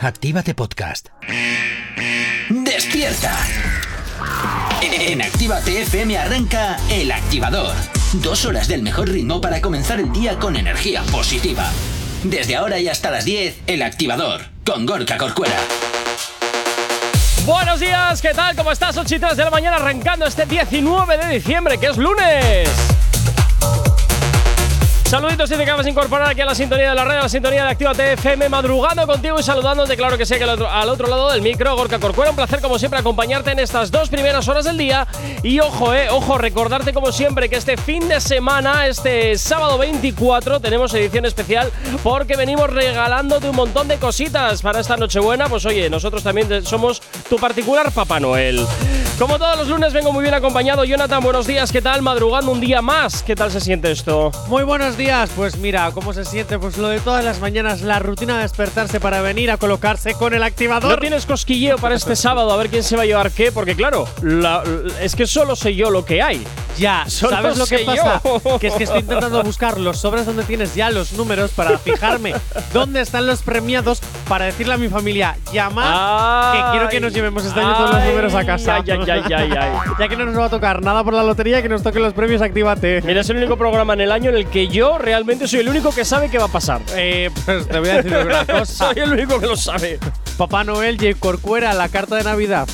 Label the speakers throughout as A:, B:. A: Actívate Podcast.
B: ¡Despierta! En Actívate FM arranca El Activador. Dos horas del mejor ritmo para comenzar el día con energía positiva. Desde ahora y hasta las 10, El Activador, con Gorka Corcuera.
C: Buenos días, ¿qué tal? ¿Cómo estás? 8 y 3 de la mañana arrancando este 19 de diciembre, que es lunes. Saluditos si te acabas de incorporar aquí a la sintonía de la radio, a la sintonía de Activa TFM, madrugando contigo y saludándote, claro que sí, que al otro, al otro lado del micro, Gorka Corcuera, un placer como siempre acompañarte en estas dos primeras horas del día. Y ojo, eh, ojo, recordarte como siempre que este fin de semana, este sábado 24, tenemos edición especial porque venimos regalándote un montón de cositas para esta Nochebuena. Pues oye, nosotros también te- somos tu particular Papá Noel. Como todos los lunes vengo muy bien acompañado. Jonathan, buenos días, ¿qué tal? Madrugando un día más, ¿qué tal se siente esto?
D: Muy buenos días, pues mira, ¿cómo se siente? Pues lo de todas las mañanas, la rutina de despertarse para venir a colocarse con el
C: No
D: activador.
C: tienes cosquilleo para este sábado a ver quién se va a llevar qué, porque claro, la- es que solo sé yo lo que hay.
D: ya,
C: Solo
D: ¿sabes lo que
C: sé
D: pasa?
C: yo.
D: Que es que estoy intentando buscar los sobres donde tienes ya los números para fijarme dónde están los premiados para decirle a mi familia, llamad, Ah, que quiero que nos llevemos este año todos los
C: Ay,
D: números a casa.
C: ay, ay, ay, ay, ay.
D: ya que no nos va a tocar nada por la lotería, que nos toquen los premios, actívate.
C: Mira, es el único programa en el año en el que yo realmente soy el único que sabe qué va a pasar.
D: Eh, pues te voy a decir una cosa.
C: soy el único que lo sabe.
D: Papá Noel, J. Corcuera, la carta de Navidad.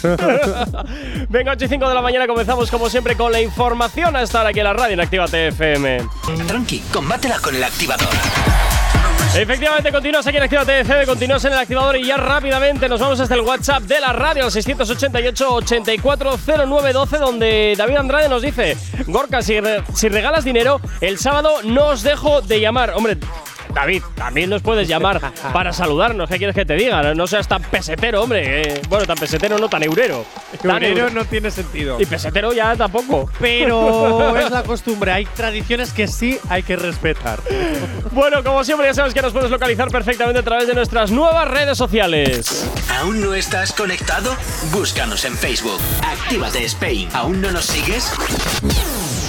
C: Venga, 8 y 5 de la mañana comenzamos como siempre con la información a estar aquí en la radio en Activa TFM.
B: Tranqui, combátela con el activador.
C: Efectivamente, continúas aquí en Activa TFM, continúas en el activador y ya rápidamente nos vamos hasta el WhatsApp de la radio al 688-840912 donde David Andrade nos dice, Gorka, si, re- si regalas dinero, el sábado no os dejo de llamar. Hombre, David, también nos puedes llamar para saludarnos. ¿Qué quieres que te diga? No- No seas tan pesetero, hombre. eh. bueno, tan pesetero no, tan eurero. Tan
D: Febrero
C: eu-
D: no tiene sentido.
C: Y pesetero ya tampoco.
D: Pero es la costumbre, hay tradiciones que sí hay que respetar.
C: Bueno, como siempre, ya sabes que nos puedes localizar perfectamente a través de nuestras nuevas redes sociales.
B: ¿Aún no estás conectado? Búscanos en Facebook. Actívate Spain. ¿Aún no nos sigues?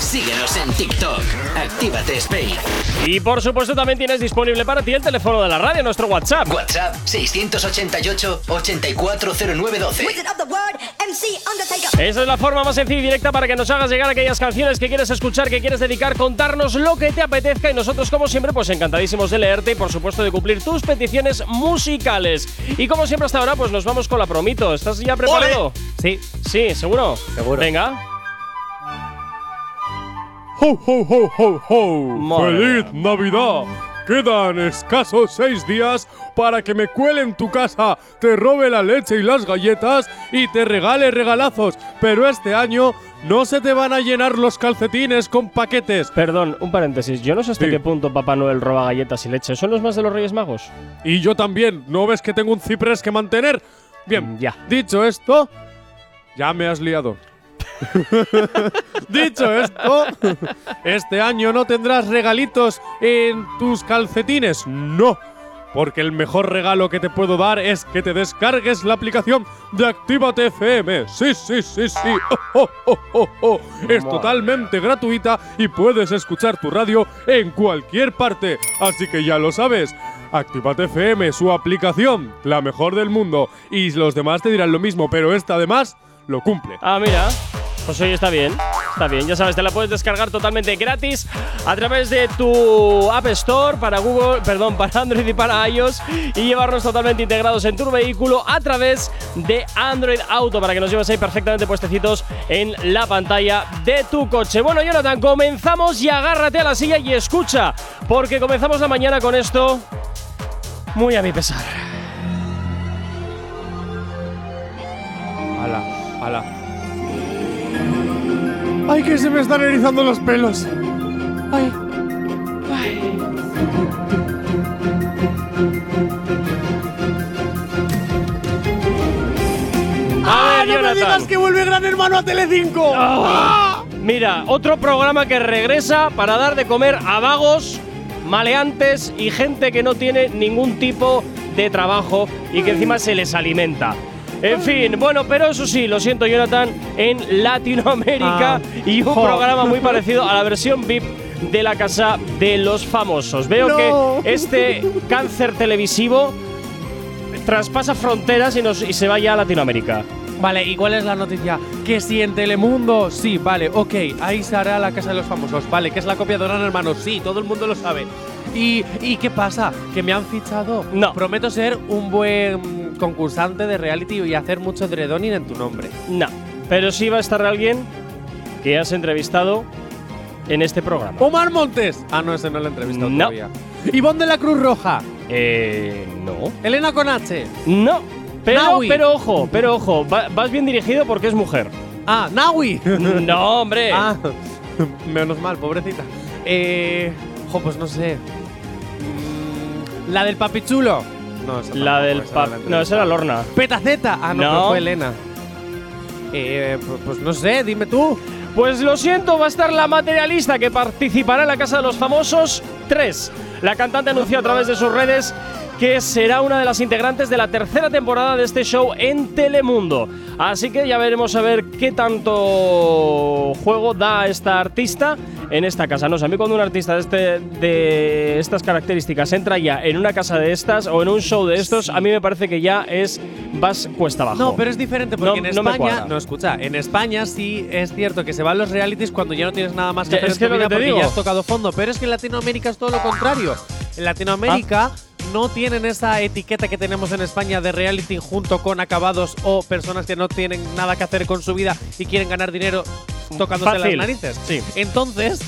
B: Síguenos en TikTok. Actívate Spain.
C: Y por supuesto, también tienes disponible para ti el teléfono de la radio, nuestro WhatsApp.
B: WhatsApp 688 840912.
E: Wizard of the Word, MC Undertaker.
C: Esa es la forma más sencilla y directa para que nos hagas llegar aquellas canciones que quieres escuchar, que quieres dedicar, contarnos lo que te apetezca y nosotros como siempre pues encantadísimos de leerte y por supuesto de cumplir tus peticiones musicales. Y como siempre hasta ahora pues nos vamos con la promito. ¿Estás ya preparado?
D: Sí.
C: Sí, seguro.
D: Seguro.
C: Venga.
F: ¡Ho, ho, ho, ho, ho!
C: Madre
F: ¡Feliz Navidad! Quedan escasos seis días para que me cuele en tu casa, te robe la leche y las galletas y te regale regalazos. Pero este año no se te van a llenar los calcetines con paquetes.
C: Perdón, un paréntesis. Yo no sé hasta
F: Sí.
C: qué punto Papá Noel roba galletas y leche. ¿Son los más de los Reyes Magos?
F: Y yo también, ¿no ves que tengo un ciprés que mantener? Bien,
C: Ya.
F: dicho esto, ya me has liado. dicho esto, este año no tendrás regalitos en tus calcetines, no. Porque el mejor regalo que te puedo dar es que te descargues la aplicación de Actívate FM. Sí, sí, sí, sí. Oh, oh, oh, oh, oh. Es totalmente gratuita y puedes escuchar tu radio en cualquier parte. Así que ya lo sabes. Actívate FM, su aplicación, la mejor del mundo. Y los demás te dirán lo mismo, pero esta además lo cumple.
C: Ah, mira. Pues hoy está bien. Está bien, ya sabes, te la puedes descargar totalmente gratis a través de tu App Store para Google, perdón, para Android y para iOS y llevarnos totalmente integrados en tu vehículo a través de Android Auto para que nos lleves ahí perfectamente puestecitos en la pantalla de tu coche. Bueno, Jonathan, comenzamos y agárrate a la silla y escucha, porque comenzamos la mañana con esto muy a mi pesar.
F: Ala, ala. Ay, que se me están erizando los pelos. Ay. Ay.
C: A ver,
D: Ah, no me
C: Jonathan.
D: digas que vuelve Gran Hermano a Telecinco.
C: Mira, otro programa que regresa para dar de comer a vagos, maleantes y gente que no tiene ningún tipo de trabajo y que encima se les alimenta. En fin, bueno, pero eso sí, lo siento, Jonathan, en Latinoamérica
D: Ah,
C: y un
D: jo.
C: programa muy parecido a la versión VIP de la casa de los famosos. Veo
D: No.
C: que este cáncer televisivo traspasa fronteras y, nos- y se va ya a Latinoamérica.
D: Vale, ¿y cuál es la noticia? Que si en Telemundo, sí, vale, ok, ahí se hará la Casa de los Famosos, vale, que es la copia de Gran Hermano, sí, todo el mundo lo sabe. ¿Y, y qué pasa? ¿Que me han fichado?
C: No.
D: Prometo ser un buen concursante de reality y hacer mucho dredoning en tu nombre.
C: No, pero sí va a estar alguien que has entrevistado en este programa.
D: ¡Omar Montes! Ah, no, ese no lo he entrevistado
C: No.
D: todavía. ¡Ivonne de la Cruz Roja!
C: Eh, no.
D: ¡Elena Conache!
C: No. Pero,
D: Naui.
C: pero ojo, pero ojo, va- vas bien dirigido porque es mujer.
D: ¡Ah, Nawi!
C: No, hombre.
D: Ah, menos mal, pobrecita. Eh, jo, pues no sé. Mm, La del papichulo. No, esa
C: La
D: tampoco,
C: del
D: esa
C: pap.
D: no la
C: No, esa era Lorna.
D: Petaceta. Ah, no,
C: No.
D: pero fue Elena. Eh, pues, pues no sé, dime tú.
C: Pues lo siento, va a estar la materialista que participará en la Casa de los Famosos 3. La cantante anunció a través de sus redes que será una de las integrantes de la tercera temporada de este show en Telemundo. Así que ya veremos a ver qué tanto juego da esta artista en esta casa. No sé, a mí cuando un artista de, este- de estas características entra ya en una casa de estas o en un show de estos, a mí me parece que ya es vas cuesta abajo.
D: No, pero es diferente porque
C: No-
D: en
C: no me
D: España.
C: cuadra.
D: No, escucha, en España sí es cierto que se van los realities cuando ya no tienes nada más que
C: Ya,
D: hacer
C: es
D: en
C: que
D: tu
C: lo que
D: vida
C: te
D: porque
C: digo.
D: ya has tocado fondo. Pero es que en Latinoamérica es todo lo contrario. En Latinoamérica
C: Ah.
D: no tienen esa etiqueta que tenemos en España de reality junto con acabados o personas que no tienen nada que hacer con su vida y quieren ganar dinero tocándose
C: Fácil.
D: las narices.
C: Sí.
D: Entonces,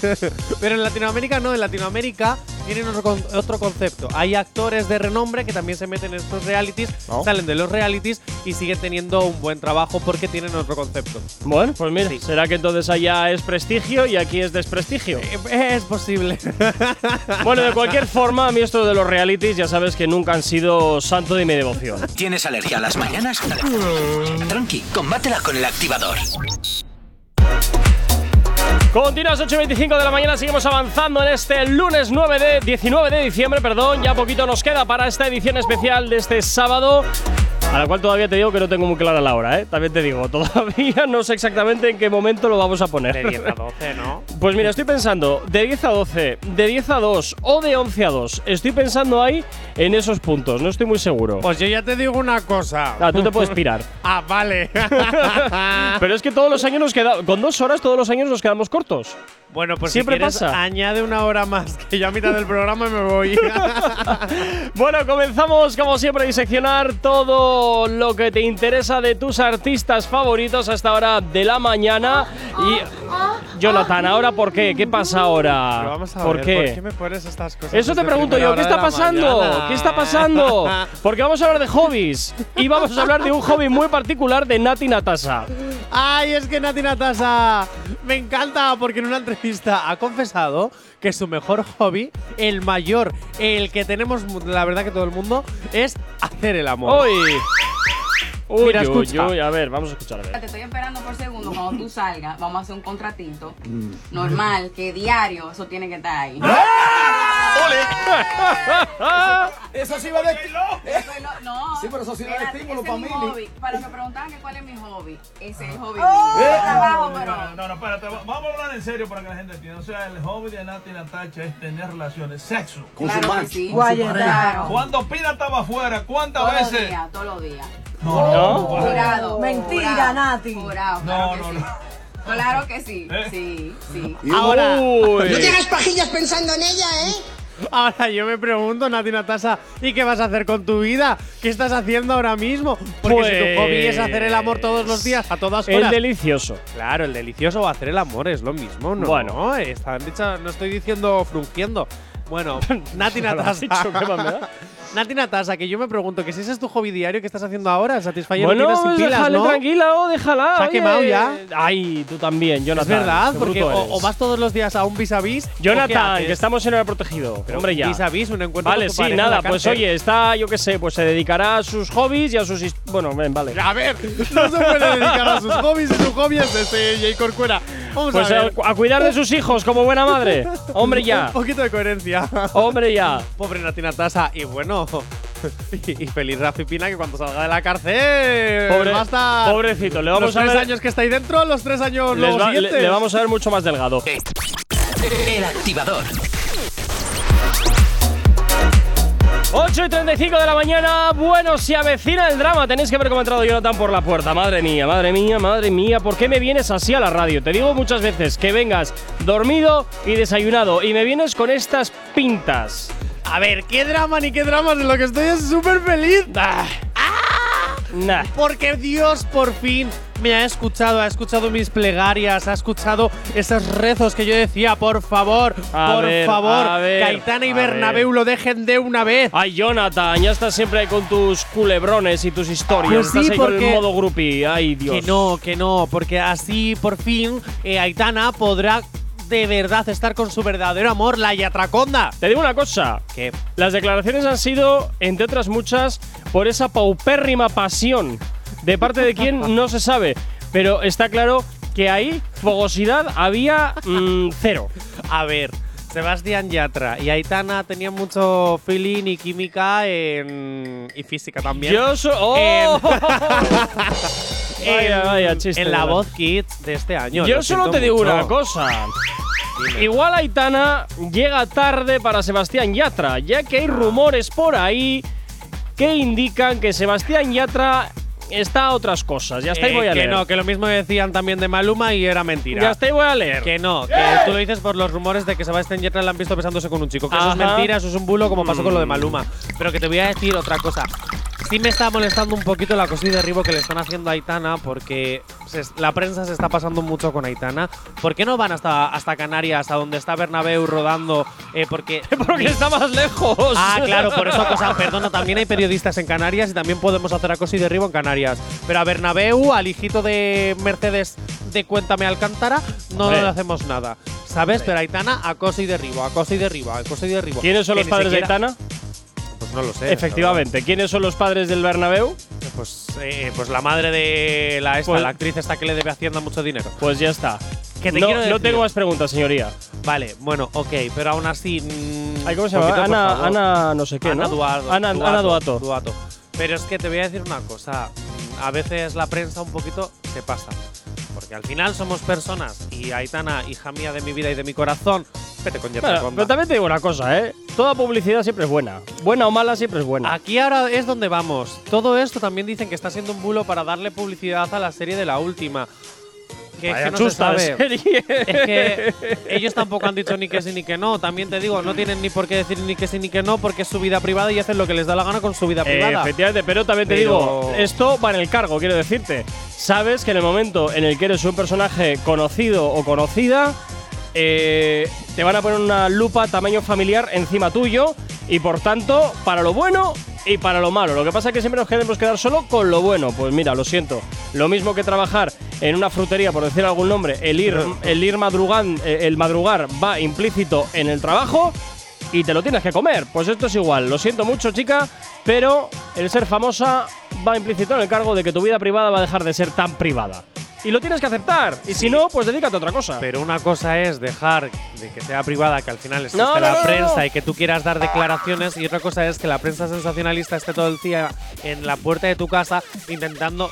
D: pero en Latinoamérica no, en Latinoamérica tienen otro, con- otro concepto. Hay actores de renombre que también se meten en estos realities, salen de los realities y siguen teniendo un buen trabajo porque tienen otro concepto.
C: Bueno, pues mira, será que entonces allá es prestigio y aquí es desprestigio.
D: Eh, Es posible.
C: Bueno, de cualquier forma, a mí esto de los realities ya sabes que nunca han sido santo de mi devoción.
B: ¿Tienes alergia a las mañanas? Tranqui, combátela con el activador.
C: Continuas 8.25 de la mañana, seguimos avanzando en este lunes 9 de 19 de diciembre, perdón, ya poquito nos queda para esta edición especial de este sábado. A la cual todavía te digo que no tengo muy clara la hora, ¿eh? También te digo, todavía no sé exactamente en qué momento lo vamos a poner.
D: ¿no?
C: Pues mira, estoy pensando de 10 a 12, de 10 a 2 o de 11 a 2. Estoy pensando ahí en esos puntos, no estoy muy seguro.
F: Pues yo ya te digo una cosa.
C: Ah, tú te puedes pirar.
F: Ah, vale.
C: Pero es que todos los años nos quedamos. Con dos horas, todos los años nos quedamos cortos.
F: bueno, pues
C: Siempre
F: si quieres,
C: pasa.
D: Añade una hora más.
F: que yo a mitad del programa me voy.
C: Bueno, comenzamos como siempre a diseccionar todo lo que te interesa de tus artistas favoritos hasta ahora de la mañana. Y Jonathan, ¿ahora por qué? ¿Qué pasa ahora?
F: Pero vamos a
C: Ah, ¿Por
F: ver,
C: qué?
F: ¿por qué me pones estas cosas?
C: Eso te
F: desde
C: pregunto
F: primera
C: yo,
F: hora
C: ¿qué
F: de la
C: está pasando?
F: mañana?
C: ¿Qué está pasando? Porque vamos a hablar de hobbies y vamos a hablar de un hobby muy particular de Nati Natasa.
D: ¡Ay, es que Nati Natasa! Me encanta porque en una entrevista ha confesado que su mejor hobby, el mayor, el que tenemos, la verdad que todo el mundo, es hacer el amor.
C: Uy. Uy,
D: Mira,
C: uy,
D: escucha.
C: uy, a ver, vamos a escuchar a ver.
A: Te estoy esperando por segundo. Cuando tú salgas, vamos a hacer un contratito
G: Mm.
A: normal, que diario, eso tiene que estar ahí.
G: ¡Ah!
H: Eso sí va de estilo.
A: Eso es lo- no,
H: Sí, pero eso sí da
A: espérate,
H: estímulo
A: ese es
H: pa'
A: mi
H: mí.
A: hobby. Para los que preguntaban que cuál es mi hobby, ese es el hobby. mío.
H: Oh.
A: Yo trabajo, pero.
G: No, no, espérate, va- vamos a hablar en serio para que la gente entienda. O sea, el hobby de Nati Natacha es tener relaciones, sexo.
A: Claro que sí. Claro.
G: Cuando Pina estaba afuera, ¿cuántas
A: Todos los
G: veces?
A: días, todos los días.
G: No,
C: ¿No?
A: Jurado.
E: Mentira,
A: jurado,
E: Nati.
A: Jurado, claro
G: No,
A: que
G: no,
A: sí.
G: no.
A: Claro que sí.
G: ¿Eh?
A: Sí, sí.
D: Ahora,
I: Oh.
E: No
C: Uy.
E: te hagas pajillas pensando en ella, ¿eh?
D: ahora yo me pregunto, Nati Natasa, ¿y qué vas a hacer con tu vida? ¿Qué estás haciendo ahora mismo? Porque si tu hobby es hacer el amor todos los días, a todas
C: Pues El
D: horas.
C: delicioso.
D: claro, el delicioso o hacer el amor es lo mismo, ¿no?
C: Bueno.
D: está dicha- no estoy diciendo frungiendo. Bueno, Nati
C: Ya lo has
D: Natasa.
C: dicho, ¿qué más me da?
D: Nati Natasa, que yo me pregunto que si ese es tu hobby diario que estás haciendo ahora, satisfacer
C: Bueno,
D: rutinas
C: pues
D: sin pilas,
C: déjale
D: ¿no?
C: tranquila, oh, déjala.
D: Se ha
C: oye.
D: quemado ya.
C: Ay, tú también,
D: Es
C: Jonathan.
D: verdad,
C: qué
D: porque
C: bruto
D: o,
C: eres.
D: o vas todos los días a un vis a vis. o ¿qué
C: Jonathan,
D: haces?
C: que estamos en hora protegido.
D: Pero
C: Hombre, ya.
D: Vis a vis, un encuentro
C: Vale,
D: con tu
C: sí,
D: pareja en
C: nada,
D: la
C: pues
D: cárcel.
C: oye, está, yo qué sé, pues se dedicará a sus hobbies y a sus. his- Bueno, ven, vale.
D: A ver, no se puede dedicar a sus hobbies y su hobby es este Jay Corcuera. Vamos
C: Pues
D: a
C: a,
D: ver.
C: a cuidar de sus hijos como buena madre. Hombre, ya.
D: Un poquito de coherencia.
C: Hombre, ya.
D: Pobre Nati Natasa. Y bueno, y feliz Rafi Pina que cuando salga de la cárcel
C: Pobre-
D: va a estar
C: pobrecito, le vamos
D: los
C: a
D: tres
C: ver-
D: años que está ahí dentro, los tres años
C: Les
D: los
C: va- le-
D: siguientes.
C: le vamos a ver mucho más delgado.
B: El activador.
C: 8 y 35 de la mañana, bueno, se avecina el drama. Tenéis que ver cómo ha entrado Jonathan por la puerta. Madre mía, madre mía, madre mía, ¿por qué me vienes así a la radio? Te digo muchas veces que vengas dormido y desayunado y me vienes con estas pintas.
D: A ver, qué drama ni qué drama, de lo que estoy es súper feliz. Ah.
C: Ah. Nah.
D: Porque Dios por fin me ha escuchado, ha escuchado mis plegarias, ha escuchado esos rezos que yo decía, por favor,
C: A
D: por
C: ver, a
D: favor,
C: ver,
D: Caitana y
C: a
D: Bernabéu lo dejen de una vez.
C: Ay, Jonathan, ya estás siempre ahí con tus culebrones y tus historias.
D: Pues sí,
C: estás ahí con el
D: porque-
C: modo groupie. Ay, Dios.
D: Que no, que no, porque así por fin eh, Aitana podrá de verdad estar con su verdadero amor, la Yatraconda.
C: Te digo una cosa.
D: Que
C: Las declaraciones han sido, entre otras muchas, por esa paupérrima pasión. De parte de quién no se sabe, pero está claro que ahí fogosidad había mm, cero.
D: A ver, Sebastián Yatra y Aitana tenían mucho feeling y química en- y física también.
C: Yo soy. ¡Oh!
D: Em.
C: vaya,
D: en,
C: vaya, chiste.
D: en la
C: vale.
D: voz Kids de este año.
C: Yo
D: Lo
C: solo
D: siento
C: te digo
D: mucho.
C: una cosa. Igual Aitana llega tarde para Sebastián Yatra, ya que hay rumores por ahí que indican que Sebastián Yatra está a otras cosas. Ya está, ahí
D: Eh,
C: voy a
D: que
C: leer.
D: no, que lo mismo decían también de Maluma y era mentira.
C: ya está, ahí voy a leer.
D: Que no, que tú lo dices por los rumores de que Sebastián Yatra la han visto besándose con un chico. Que eso es
C: Ajá.
D: mentira, eso es un bulo, como pasó con lo de Maluma. Pero que te voy a decir otra cosa. Sí me está molestando un poquito la cosa y derribo que le están haciendo a Aitana porque se es- la prensa se está pasando mucho con Aitana. ¿Por qué no van hasta, hasta Canarias, a donde está Bernabéu rodando? Eh, porque...
C: Porque está más lejos.
D: Ah, claro, por eso acosa. Perdona, también hay periodistas en Canarias y también podemos hacer acoso y derribo en Canarias. Pero a Bernabéu, al hijito de Mercedes de Cuéntame Alcántara, no
C: Hombre.
D: le hacemos nada. ¿Sabes? Pero Aitana, acoso y derribo, acoso y derribo, acoso y derribo.
C: ¿Quiénes son
D: Que
C: los
D: ni
C: padres de
D: siquiera-
C: Aitana?
D: Pues no lo sé. la
C: Efectivamente. ¿Quiénes son los padres del Bernabéu?
D: verdad. Pues, eh, pues la madre de la esta,
C: Pues-
D: la actriz esta que le debe Hacienda mucho dinero.
C: Pues ya está.
D: Que te
C: no,
D: quiero
C: no
D: decir-
C: tengo más preguntas, señoría.
D: Vale, bueno, ok, pero aún así. mm,
C: Ay, ¿Cómo se llama?
D: poquito, por
C: Ana,
D: favor.
C: Ana no sé qué,
D: Ana
C: ¿no?
D: Duardo.
C: Ana, Ana Duato.
D: Duato. Pero es que te voy a decir una cosa. A veces la prensa un poquito se pasa. Porque al final somos personas. Y Aitana, hija mía de mi vida y de mi corazón, vete con Yerta
C: Bueno, pero también te digo una cosa, ¿eh? Toda publicidad siempre es buena. Buena o mala siempre es buena.
D: Aquí ahora es donde vamos. Todo esto también dicen que está siendo un bulo para darle publicidad a la serie de la última. Que es que no se
C: chusta
D: sabe.
C: serie.
D: Es que ellos tampoco han dicho ni que sí ni que no. También te digo, no tienen ni por qué decir ni que sí ni que no porque es su vida privada y hacen lo que les da la gana con su vida
C: Eh,
D: privada.
C: efectivamente, pero también te
D: Pero-
C: digo, esto va en el cargo, quiero decirte. Sabes que en el momento en el que eres un personaje conocido o conocida, eh, te van a poner una lupa tamaño familiar encima tuyo y por tanto, para lo bueno y para lo malo. Lo que pasa es que siempre nos queremos quedar solo con lo bueno. Pues mira, lo siento. Lo mismo que trabajar en una frutería, por decir algún nombre, el ir, el ir madrugan- eh, el madrugar va implícito en el trabajo y te lo tienes que comer. Pues esto es igual. Lo siento mucho, chica, pero el ser famosa va implícito en el cargo de que tu vida privada va a dejar de ser tan privada. Y lo tienes que aceptar. Y si no, pues dedícate a otra cosa.
D: Pero una cosa es dejar de que sea privada, que al final existe
C: No, no,
D: la
C: no, no,
D: prensa
C: no.
D: y que tú quieras dar declaraciones, y otra cosa es que la prensa sensacionalista esté todo el día en la puerta de tu casa intentando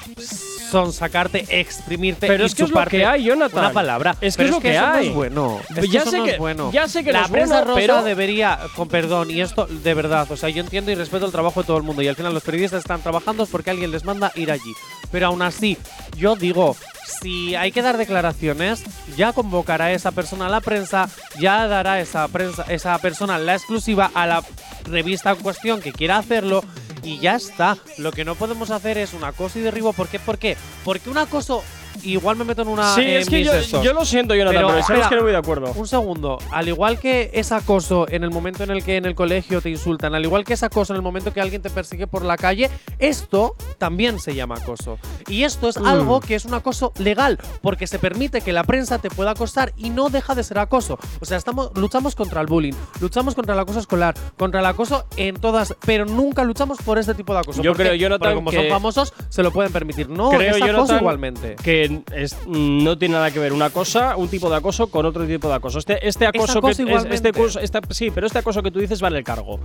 D: sonsacarte, exprimirte
C: Pero
D: y
C: es que es lo
D: chuparte
C: que hay, Jonathan.
D: una palabra.
C: Es que
D: Pero
C: es lo que
D: eso no
C: hay.
D: es bueno. Es
C: Ya
D: que eso
C: sé
D: no es
C: que-
D: bueno.
C: ya sé que no
D: la
C: es
D: prensa
C: bueno,
D: rosa
C: pero-
D: debería, con perdón, y esto de verdad, o sea, yo entiendo y respeto el trabajo de todo el mundo, y al final los periodistas están trabajando es porque alguien les manda ir allí. Pero aún así, yo digo, si hay que dar declaraciones, ya convocará esa persona a la prensa, ya dará esa, prensa, esa persona la exclusiva a la revista en cuestión que quiera hacerlo. Y ya está. Lo que no podemos hacer es un acoso y derribo. ¿Por qué? ¿Por qué? Porque un acoso. Igual me meto en una.
C: sí,
D: en
C: es que
D: Ah, eh, mis
C: yo,
D: estos.
C: yo lo siento, Jonathan, pero,
D: Pero,
C: sabes
D: espera.
C: que no voy de acuerdo.
D: Un segundo, al igual que es acoso en el momento en el que en el colegio te insultan, al igual que es acoso en el momento que alguien te persigue por la calle, esto también se llama acoso. Y esto
C: Mm.
D: es algo que es un acoso legal, porque se permite que la prensa te pueda acosar y no deja de ser acoso. O sea, estamos, luchamos contra el bullying, luchamos contra el acoso escolar, contra el acoso en todas, pero nunca luchamos por este tipo de acoso.
C: Yo
D: ¿Por
C: creo,
D: qué?
C: Jonathan,
D: Porque como
C: que-
D: son famosos, se lo pueden permitir. No,
C: creo,
D: es acoso
C: Jonathan,
D: igualmente.
C: Que que es- no tiene nada que ver una cosa, un tipo de acoso con otro tipo de acoso. Este, este acoso
D: acoso
C: que es-
D: igualmente.
C: este acoso- esta- sí, pero este acoso que tú dices vale el cargo.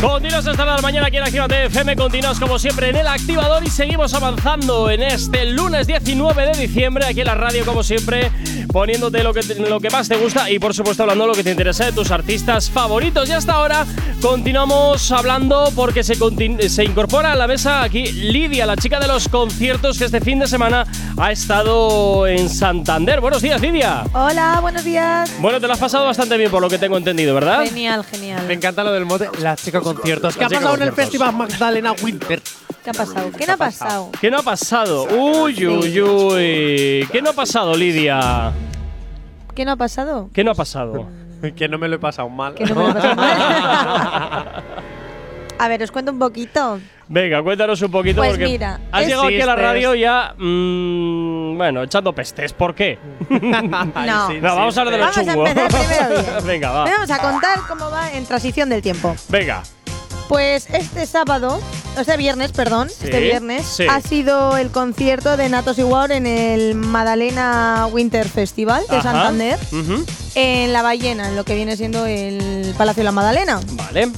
C: continuas hasta la mañana aquí en Actívate FM. Continuas como siempre en el activador y seguimos avanzando en este lunes 19 de diciembre aquí en la radio, como siempre, poniéndote lo que, te- lo que más te gusta y por supuesto hablando de lo que te interesa de tus artistas favoritos. Y hasta ahora continuamos hablando porque se, continu- se incorpora a la mesa aquí Lidia, la chica de los conciertos que este fin de semana ha estado en Santander. Buenos días, Lidia.
J: Hola, buenos días.
C: Bueno, te lo has pasado bastante bien por lo que tengo entendido, ¿verdad?
J: Genial, genial.
D: Me encanta lo del mote, las chicas conciertos. ¿Qué ha
C: chica
D: pasado en el
C: conciertos.
D: Festival Magdalena Winter?
J: ¿Qué ha pasado? ¿Qué no ha pasado?
C: ¿Qué no ha pasado? Uy, uy, uy. ¿Qué no ha pasado, Lidia?
J: ¿Qué no ha pasado?
C: ¿Qué no ha pasado?
D: que no me lo he pasado mal.
J: Que no me lo he pasado mal. A ver, os cuento un poquito.
C: Venga, cuéntanos un poquito
J: Pues
C: porque
J: mira,
C: has
D: es-
C: llegado aquí a la
D: Sisters.
C: radio ya, mm, bueno, echando pestes. ¿Por qué?
J: No.
C: No, vamos a hablar de lo
J: Vamos a
C: chungo.
J: empezar primero bien.
C: Venga, va.
J: Vamos a contar cómo va en transición del tiempo.
C: Venga.
J: Pues este sábado, o este viernes, perdón, este viernes,
C: sí.
J: ha sido el concierto de Natos y War en el Madalena Winter Festival de
C: Ajá.
J: Santander,
C: Ujú.
J: en La Ballena, en lo que viene siendo el Palacio de la Madalena.
C: Vale,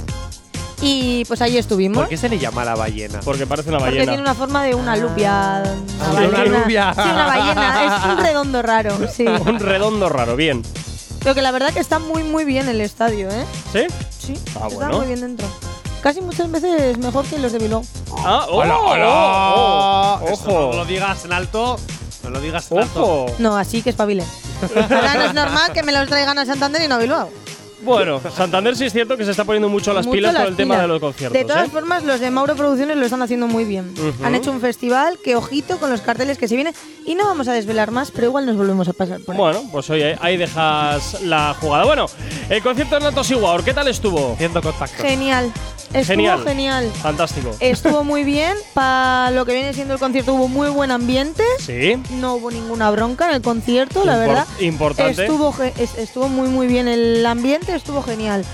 J: Y pues ahí estuvimos.
D: ¿Por qué se le llama la ballena?
C: porque parece una
J: Porque
C: ballena.
J: tiene una forma de una lupia.
D: Ah,
J: ballena.
D: una lubia.
J: Sí, una ballena. Es un redondo raro, sí.
C: Un redondo raro, bien.
J: Pero que la verdad que está muy, muy bien el estadio, ¿eh?
C: ¿Sí?
J: Sí, está
C: Ah, bueno.
J: muy bien dentro. Casi muchas veces mejor que los de Bilbao.
C: Ah, oh,
D: ¡Hola, hola!
C: oh,
D: Eso
C: ojo.
D: No lo digas en alto. No lo digas en alto.
C: Ojo.
J: No, así que espabile. Ahora no es normal que me los traigan a Santander y no a Bilbao.
C: Bueno, Santander sí es cierto que se está poniendo mucho las
J: Mucho
C: pilas
J: las
C: con el tema
J: pilas.
C: de los conciertos.
J: De todas
C: ¿eh?
J: formas, los de Mauro Producciones lo están haciendo muy bien.
C: Ujú.
J: Han hecho un festival que, ojito, con los carteles que se vienen. Y no vamos a desvelar más, pero igual nos volvemos a pasar por ahí.
C: Bueno, pues oye, ahí dejas la jugada. Bueno, el concierto de Natos Iguaor, ¿qué tal estuvo?
D: Haciendo contacto.
J: Genial. Estuvo
C: Genial.
J: genial.
C: Fantástico.
J: Estuvo muy bien. Para lo que viene siendo el concierto hubo muy buen ambiente.
C: Sí.
J: No hubo ninguna bronca en el concierto, la
C: Impor-
J: verdad.
C: importante.
J: Estuvo, ge- es- estuvo muy, muy bien el ambiente, estuvo genial.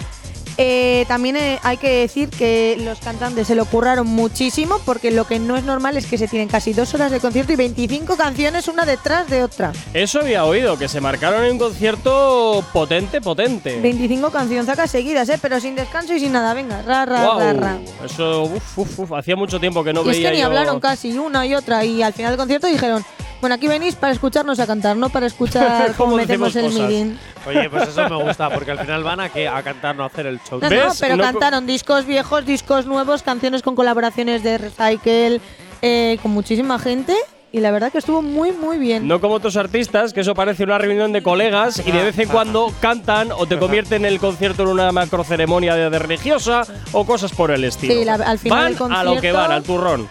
J: Eh, también eh, hay que decir que los cantantes se lo curraron muchísimo porque lo que no es normal es que se tienen casi dos horas de concierto y 25 canciones una detrás de otra.
C: Eso había oído, que se marcaron en un concierto potente, potente.
J: 25 canciones seguidas, eh, pero sin descanso y sin nada. Venga, ra, ra,
C: Guau.
J: ra, ra.
C: Eso, uf, uf, uf, hacía mucho tiempo que no
J: y es
C: veía
J: que ni
C: yo-
J: hablaron casi una y otra y al final del concierto dijeron, bueno, aquí venís para escucharnos a cantar, no para escuchar
C: Cómo
J: cómo metemos el
C: decimos cosas.
J: mirin.
D: Oye, pues eso me gusta, porque al final van a, ¿qué? a cantar, no a hacer el show.
J: No,
C: ¿Ves?
J: no, pero
C: No co-
J: cantaron discos viejos, discos nuevos, canciones con colaboraciones de Recycle, eh, con muchísima gente. y la verdad que estuvo muy, muy bien.
C: No como otros artistas, que eso parece una reunión de colegas y de vez en cuando cantan o te convierten el concierto en una macroceremonia de, de religiosa o cosas por el estilo.
J: Sí, la- al final
C: van
J: del
C: a lo que
J: concierto-
C: van, al turrón.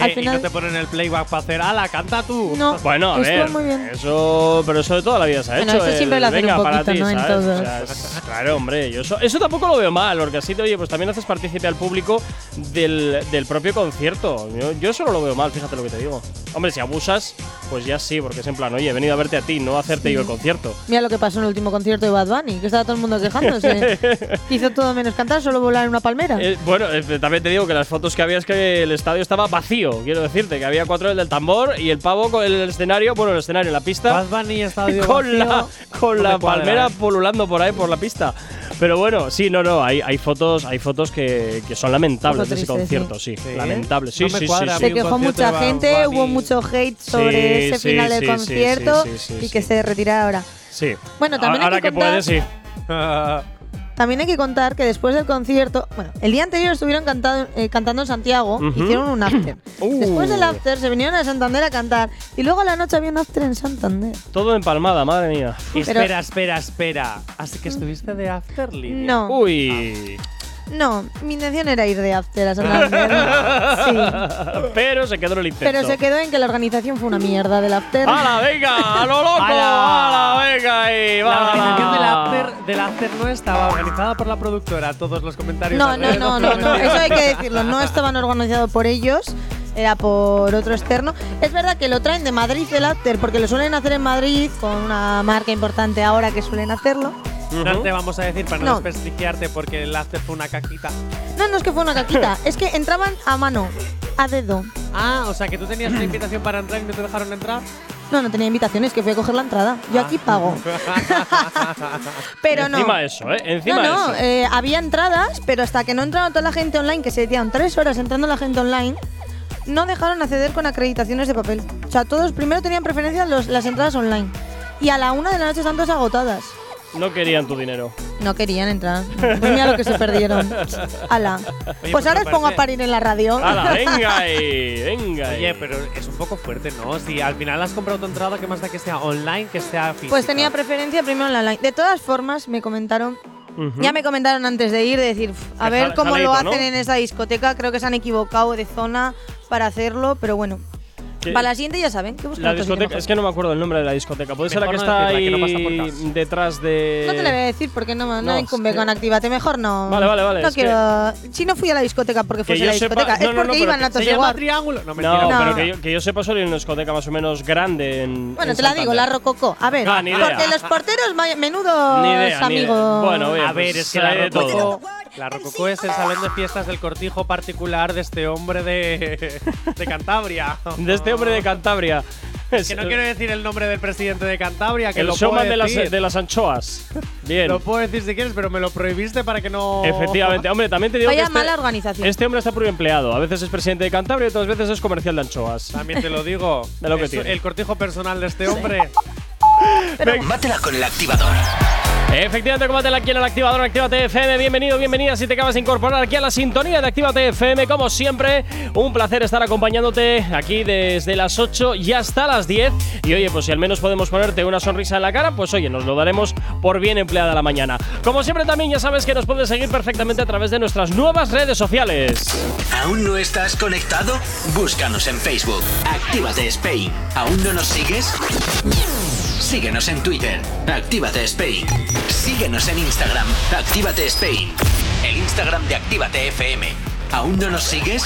J: al
D: Eh,
J: final-
D: Y no te ponen el playback para hacer, ala, canta tú.
J: No,
C: Bueno, a
J: estuvo
C: ver,
J: muy bien.
C: eso, pero eso de toda la vida se ha
J: Bueno,
C: hecho.
J: eso
C: el
J: siempre lo hacen
C: venga,
J: un
C: para ti,
J: poquito, ¿no? En
C: ¿sabes?
J: todos.
C: O sea, es- claro, hombre, yo eso, eso tampoco lo veo mal, porque así, oye, pues también haces partícipe al público del, del propio concierto. Yo, yo eso no lo veo mal, fíjate lo que te digo. Hombre, si abusas, pues ya sí, porque es en plan, oye, he venido a verte a ti, no a hacerte yo el concierto.
J: Mira lo que pasó en el último concierto de Bad Bunny, que estaba todo el mundo quejándose. Hizo todo menos cantar, solo volar en una palmera.
C: Eh, bueno, eh, también te digo que las fotos que había es que el estadio estaba vacío, quiero decirte, que había cuatro del del tambor y el pavo con el escenario, bueno, el escenario, la pista,
D: Bad Bunny estadio
C: con la, con
D: no
C: la
D: me cuadra,
C: palmera
D: eh.
C: pululando por ahí, por la pista. Pero bueno, sí, no, no, hay, hay fotos, hay fotos que, que son lamentables de ese
J: Poco triste,
C: concierto, sí,
D: ¿Sí?
C: lamentables, sí,
D: No me
C: sí, sí,
D: cuadra a
C: sí.
D: mí.
J: se
D: un
J: quejó
D: concierto
J: mucha
D: de Bad
J: gente,
D: Bunny.
J: hubo mucho hate sobre
C: Sí,
J: ese
C: sí,
J: final
C: sí,
J: del
C: sí,
J: concierto
C: sí, sí, sí,
J: y que
C: sí.
J: se retirara ahora.
C: sí.
J: Bueno, también hay
C: ahora
J: que
C: que
J: contar-
C: puedes, sí.
J: También hay que contar que después del concierto, bueno, el día anterior estuvieron cantado- eh, cantando en Santiago,
C: Ujú.
J: hicieron un after.
C: Uh.
J: Después del after se vinieron a Santander a cantar y luego a la noche había un after en Santander.
C: Todo empalmada, madre mía.
D: Espera, espera, espera. Así que estuviste de after, Lidia.
J: No,
C: Uy.
J: no, mi intención era ir de after a Santander. Ah, sí.
C: Pero se quedó en el intento.
J: Pero se quedó en que la organización fue una mierda del after.
C: ¡Hala, venga! ¡A lo loco!
D: ¡Hala!
C: ¡Hala, venga! Y
D: La
C: va.
D: organización del after, del after no estaba organizada por la productora. Todos los comentarios.
J: No, no,
D: alrededor
J: no, no,
D: fueron
J: no,
D: mentira.
J: eso hay que decirlo. No estaban organizados por ellos, era por otro externo. Es verdad que lo traen de Madrid el after, porque lo suelen hacer en Madrid con una marca importante ahora que suelen hacerlo.
D: No te vamos a decir para no,
J: No.
D: desprestigiarte porque el after fue una cajita.
J: No, no es que fue una caquita, es que entraban a mano, a dedo.
D: Ah, o sea que tú tenías una invitación para entrar y no te dejaron entrar.
J: No, no tenía invitaciones, que fui a coger la entrada. Yo aquí pago. Pero no.
C: Encima eso, ¿eh?
J: No,
C: Encima
J: no,
C: eso.
J: eh, había entradas, pero hasta que no entraba toda la gente online, que se decían tres horas entrando la gente online, no dejaron acceder con acreditaciones de papel. O sea, todos primero tenían preferencia los- las entradas online. Y a la una de la noche están todas agotadas.
C: No querían tu dinero.
J: No querían entrar. Pues mira lo que se perdieron. Ala.
D: pues
J: Pues ahora
D: me
J: os pongo a
D: parece- eh.
J: parir en la radio.
C: ¡Hala, venga! Y, ¡Venga! y.
D: Oye, pero es un poco fuerte, ¿no? Si al final has comprado tu entrada, que más da que sea online que sea física.
J: Pues tenía preferencia primero en la online. De todas formas, me comentaron. Ya me comentaron antes de ir, de decir, "Uf, a
C: Que
J: ver
C: jale-
J: cómo lo
C: jaleito, ¿no?
J: hacen en esa discoteca. Creo que se han equivocado de zona para hacerlo, pero bueno.
C: Que-
J: Para la siguiente ya saben, que buscan
C: La
J: otro sitio
C: discoteca, es
J: mejor.
C: que no me acuerdo el nombre de la discoteca. Puede ser la
D: Mejor
C: que
D: no
C: está ahí
D: decirla, que no pasa por casa.
C: detrás de.
J: No te la voy a decir porque no, no,
C: no, es
J: incumbe
C: que-
J: con Actívate, mejor no.
C: Vale, vale, vale,
J: No
C: es que-
J: quiero. Si no fui a la discoteca porque fuese
C: yo
J: a la
C: sepa-
J: discoteca,
C: no,
J: es porque
C: no, no, pero
J: iban
C: que
J: a
D: ¿Se llama
J: Toseguar.
D: triángulo? No, mentira.
C: No,
J: No.
C: pero que yo, que yo sepa, solo hay una discoteca más o menos grande en.
J: Bueno,
C: en
J: te la
C: Santander.
J: digo, la Rococo. A ver,
C: Ah, ni idea.
J: porque los porteros, ma- menudos
C: Ni idea, ni idea.
J: amigos.
C: Bueno, oye,
D: A
C: pues
D: ver, es que
C: hay
D: la
C: de todo.
D: Rococó, la Rococó es el salón de fiestas del cortijo particular de este hombre de, de Cantabria.
C: De este hombre de Cantabria. Es
D: Que no quiero decir el nombre del presidente de Cantabria, que
C: el
D: lo
C: showman
D: puedo
C: de las,
D: decir.
C: de las anchoas. Bien.
D: Lo puedo decir si quieres, pero me lo prohibiste para que no.
C: Efectivamente. Hombre, también te digo
J: Vaya
C: que este-
J: mala organización.
C: Este hombre está puro empleado. A veces es presidente de Cantabria y otras veces es comercial de anchoas.
D: También te lo digo.
C: De lo que
D: Es
C: tiene.
D: El cortijo personal de este hombre.
B: Combátela con el activador.
C: Efectivamente, combátela aquí en el activador Actívate FM. Bienvenido, bienvenida si te acabas de incorporar aquí a la sintonía de Actívate FM. Como siempre, un placer estar acompañándote aquí desde las 8 y hasta las 10. Y oye, pues si al menos podemos ponerte una sonrisa en la cara, pues oye, nos lo daremos por bien empleada la mañana. Como siempre, también ya sabes que nos puedes seguir perfectamente a través de nuestras nuevas redes sociales.
B: ¿Aún no estás conectado? Búscanos en Facebook. Actívate Spain. ¿Aún no nos sigues? Síguenos en Twitter. Actívate Spain. Síguenos en Instagram. Actívate Spain. El Instagram de Actívate FM. ¿Aún no nos sigues?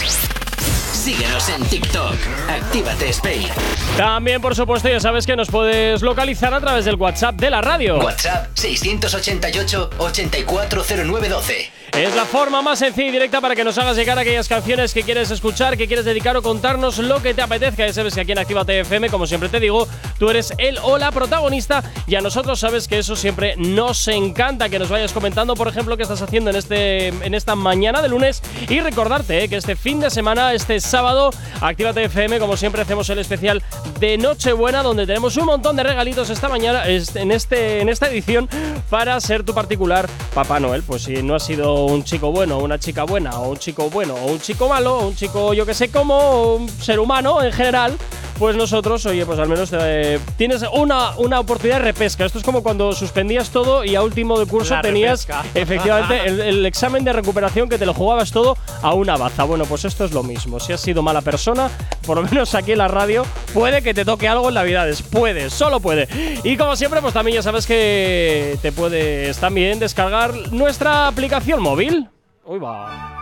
B: Síguenos en TikTok. Actívate Spain.
C: También, por supuesto, ya sabes que nos puedes localizar a través del WhatsApp de la radio.
B: WhatsApp 688 840912.
C: Es la forma más sencilla y directa para que nos hagas llegar aquellas canciones que quieres escuchar, que quieres dedicar o contarnos lo que te apetezca. Ya sabes que aquí en Activa FM, como siempre te digo, tú eres el o la protagonista y a nosotros sabes que eso siempre nos encanta que nos vayas comentando, por ejemplo, qué estás haciendo en, este, en esta mañana de lunes y recordarte eh, que este fin de semana, este sábado, Actívate FM, como siempre hacemos el especial de Nochebuena, donde tenemos un montón de regalitos esta mañana, es- en, este, en esta edición, para ser tu particular Papá Noel. Pues si no has sido un chico bueno, una chica buena, o un chico bueno, o un chico malo, o un chico yo que sé cómo, o un ser humano en general, pues nosotros, oye, pues al menos eh, tienes una, una oportunidad de repesca. Esto es como cuando suspendías todo y a último de curso
D: La
C: tenías
D: repesca.
C: efectivamente el, el examen de recuperación que te lo jugabas todo a una baza. Bueno, pues esto es lo mismo. Si has sido mala persona, por lo menos aquí en la radio, puede que te toque algo en Navidades. Puede, solo puede. Y como siempre, pues también ya sabes que te puedes también descargar nuestra aplicación móvil. Uy, va.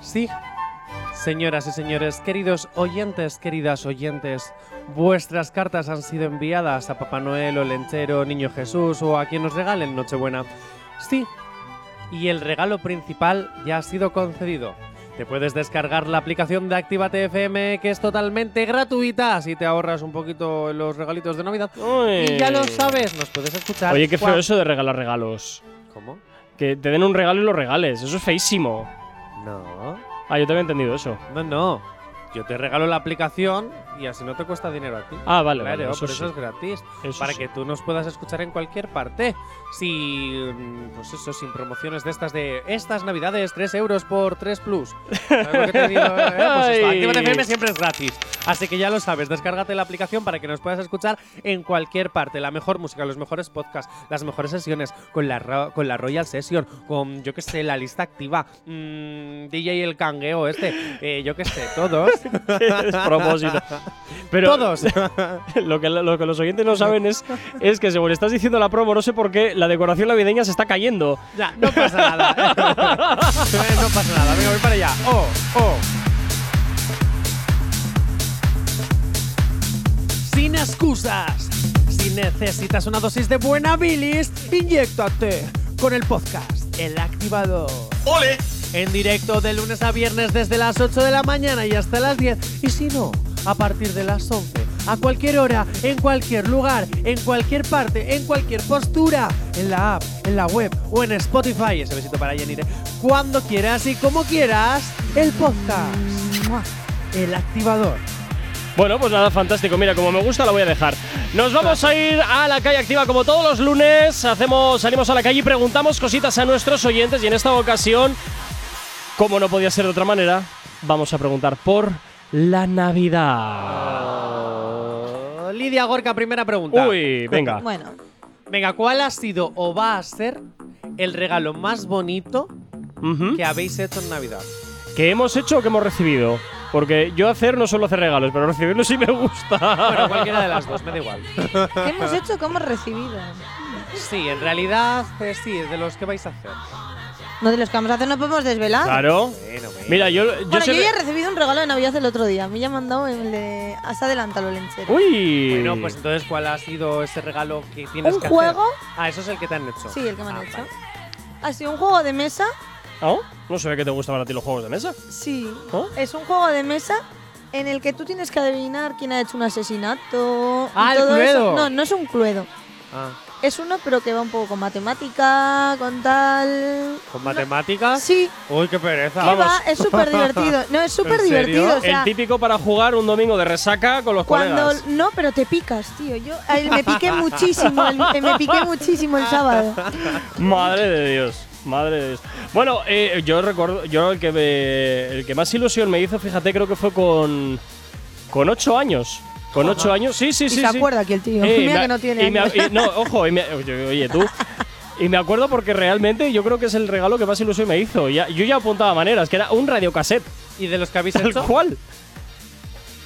D: Sí. Señoras y señores, queridos oyentes, queridas oyentes, vuestras cartas han sido enviadas a Papá Noel o el Lentero, Niño Jesús o a quien nos regalen Nochebuena. Sí. Y el regalo principal ya ha sido concedido. Te puedes descargar la aplicación de Actívate FM que es totalmente gratuita, así te ahorras un poquito los regalitos de Navidad.
C: Uy.
D: Y ya lo sabes, nos puedes
C: Eh.
D: escuchar.
C: Oye, qué feo
D: cuan-
C: eso de regalar regalos.
D: ¿Cómo?
C: Que te den un regalo y lo regales. Eso es feísimo.
D: No.
C: Ah, yo te había entendido eso.
D: No, no. Yo te regalo la aplicación y así no te cuesta dinero a ti.
C: Ah, vale,
D: Claro,
C: vale, eso
D: por
C: sí.
D: eso es gratis.
C: Eso
D: para
C: sí.
D: que tú nos puedas escuchar en cualquier parte. Si, mm, pues eso, sin promociones de estas de estas navidades, 3 euros por 3 plus. ¿Sabes lo que te digo, eh? Pues esto,
C: Ay.
D: Actívate FM siempre es gratis. Así que ya lo sabes, descárgate la aplicación para que nos puedas escuchar en cualquier parte. La mejor música, los mejores podcasts, las mejores sesiones, con la, Ro- con la Royal Session, con, yo qué sé, la lista activa, mm, DJ el cangueo este, eh, yo qué sé, todos.
C: es propósito. Pero
D: todos.
C: lo, que, lo que los oyentes no saben es, es que según estás diciendo la promo, no sé por qué, la decoración navideña se está cayendo.
D: Ya, no pasa nada. Eh, no pasa nada, venga, voy para allá. Oh, oh. Sin excusas. Si necesitas una dosis de buena bilis, inyectate con el podcast El Activador.
B: ¡Ole!
D: En directo de lunes a viernes desde las 8 de la mañana y hasta las 10. Y si no, a partir de las 11. A cualquier hora, en cualquier lugar, en cualquier parte, en cualquier postura. En la app, en la web o en Spotify. Ese besito para Yanire. Cuando quieras y como quieras, el podcast. ¡Mua! El activador.
C: Bueno, pues nada, fantástico. Mira, como me gusta, la voy a dejar. Nos vamos a ir a la calle activa como todos los lunes. Hacemos, salimos a la calle y preguntamos cositas a nuestros oyentes. Y en esta ocasión, como no podía ser de otra manera, vamos a preguntar por la Navidad.
D: Lidia Gorka, primera pregunta.
C: Uy, venga.
J: Bueno,
D: Venga, ¿cuál ha sido o va a ser el regalo más bonito
C: Ujú.
D: que habéis hecho en Navidad?
C: ¿Qué hemos hecho o qué hemos recibido? Porque yo hacer no suelo hacer regalos, pero recibirlo sí me
D: Bueno,
C: gusta.
D: cualquiera de las dos, me da igual.
J: ¿qué hemos hecho? ¿Cómo hemos recibido?
D: Sí, en realidad, eh, sí, es de los que vais a hacer.
J: No de los que vamos a hacer no podemos desvelar.
C: claro.
D: Bueno, bueno.
C: Mira, yo, yo
J: bueno, yo
C: siempre-
J: ya he recibido un regalo de Navidad el otro día. A mí ya me han dado el de. Hasta adelántalo, Lenchero.
C: Uy.
D: Bueno, pues entonces, ¿cuál ha sido ese regalo que tienes
J: ¿Un
D: que
J: juego?
D: hacer? Ah, eso es el que te han hecho.
J: Sí, el que me han
D: Ah,
J: hecho.
D: vale.
J: Ha sido un juego de mesa.
C: ¿Oh? No se ve que te gustaban a ti los juegos de mesa.
J: Sí.
C: ¿Oh?
J: Es un juego de mesa en el que tú tienes que adivinar quién ha hecho un asesinato. y
D: Ah, el
J: todo eso.
D: Cluedo.
J: No, no es un cluedo.
D: Ah,
J: Es uno, pero que va un poco con matemática, con tal.
D: ¿Con matemáticas?
J: Sí,
D: Uy, qué pereza.
J: que va, es súper divertido. No, es súper divertido. O sea,
C: el típico para jugar un domingo de resaca con los
J: Cuando
C: colegas.
J: no, pero te picas, tío. Yo a él me piqué muchísimo, el- eh, me piqué muchísimo el sábado.
C: Madre de Dios. Madre de Dios. Bueno, eh, yo recuerdo, yo el que me- el que más ilusión me hizo, fíjate, creo que fue con con ocho años. Con ocho años, sí, sí,
J: Y
C: sí.
J: se
C: sí.
J: acuerda aquí el tío.
C: Eh,
J: Mira
C: me-
J: que no tiene.
C: y me-
J: años.
C: y- no, ojo, y me- oye, oye, tú. Y me acuerdo porque realmente yo creo que es el regalo que más ilusión me hizo. Ya- yo ya apuntaba maneras, que era un radiocassette.
D: ¿Y de los que habéis
C: ¿Tal
D: hecho?
C: cual?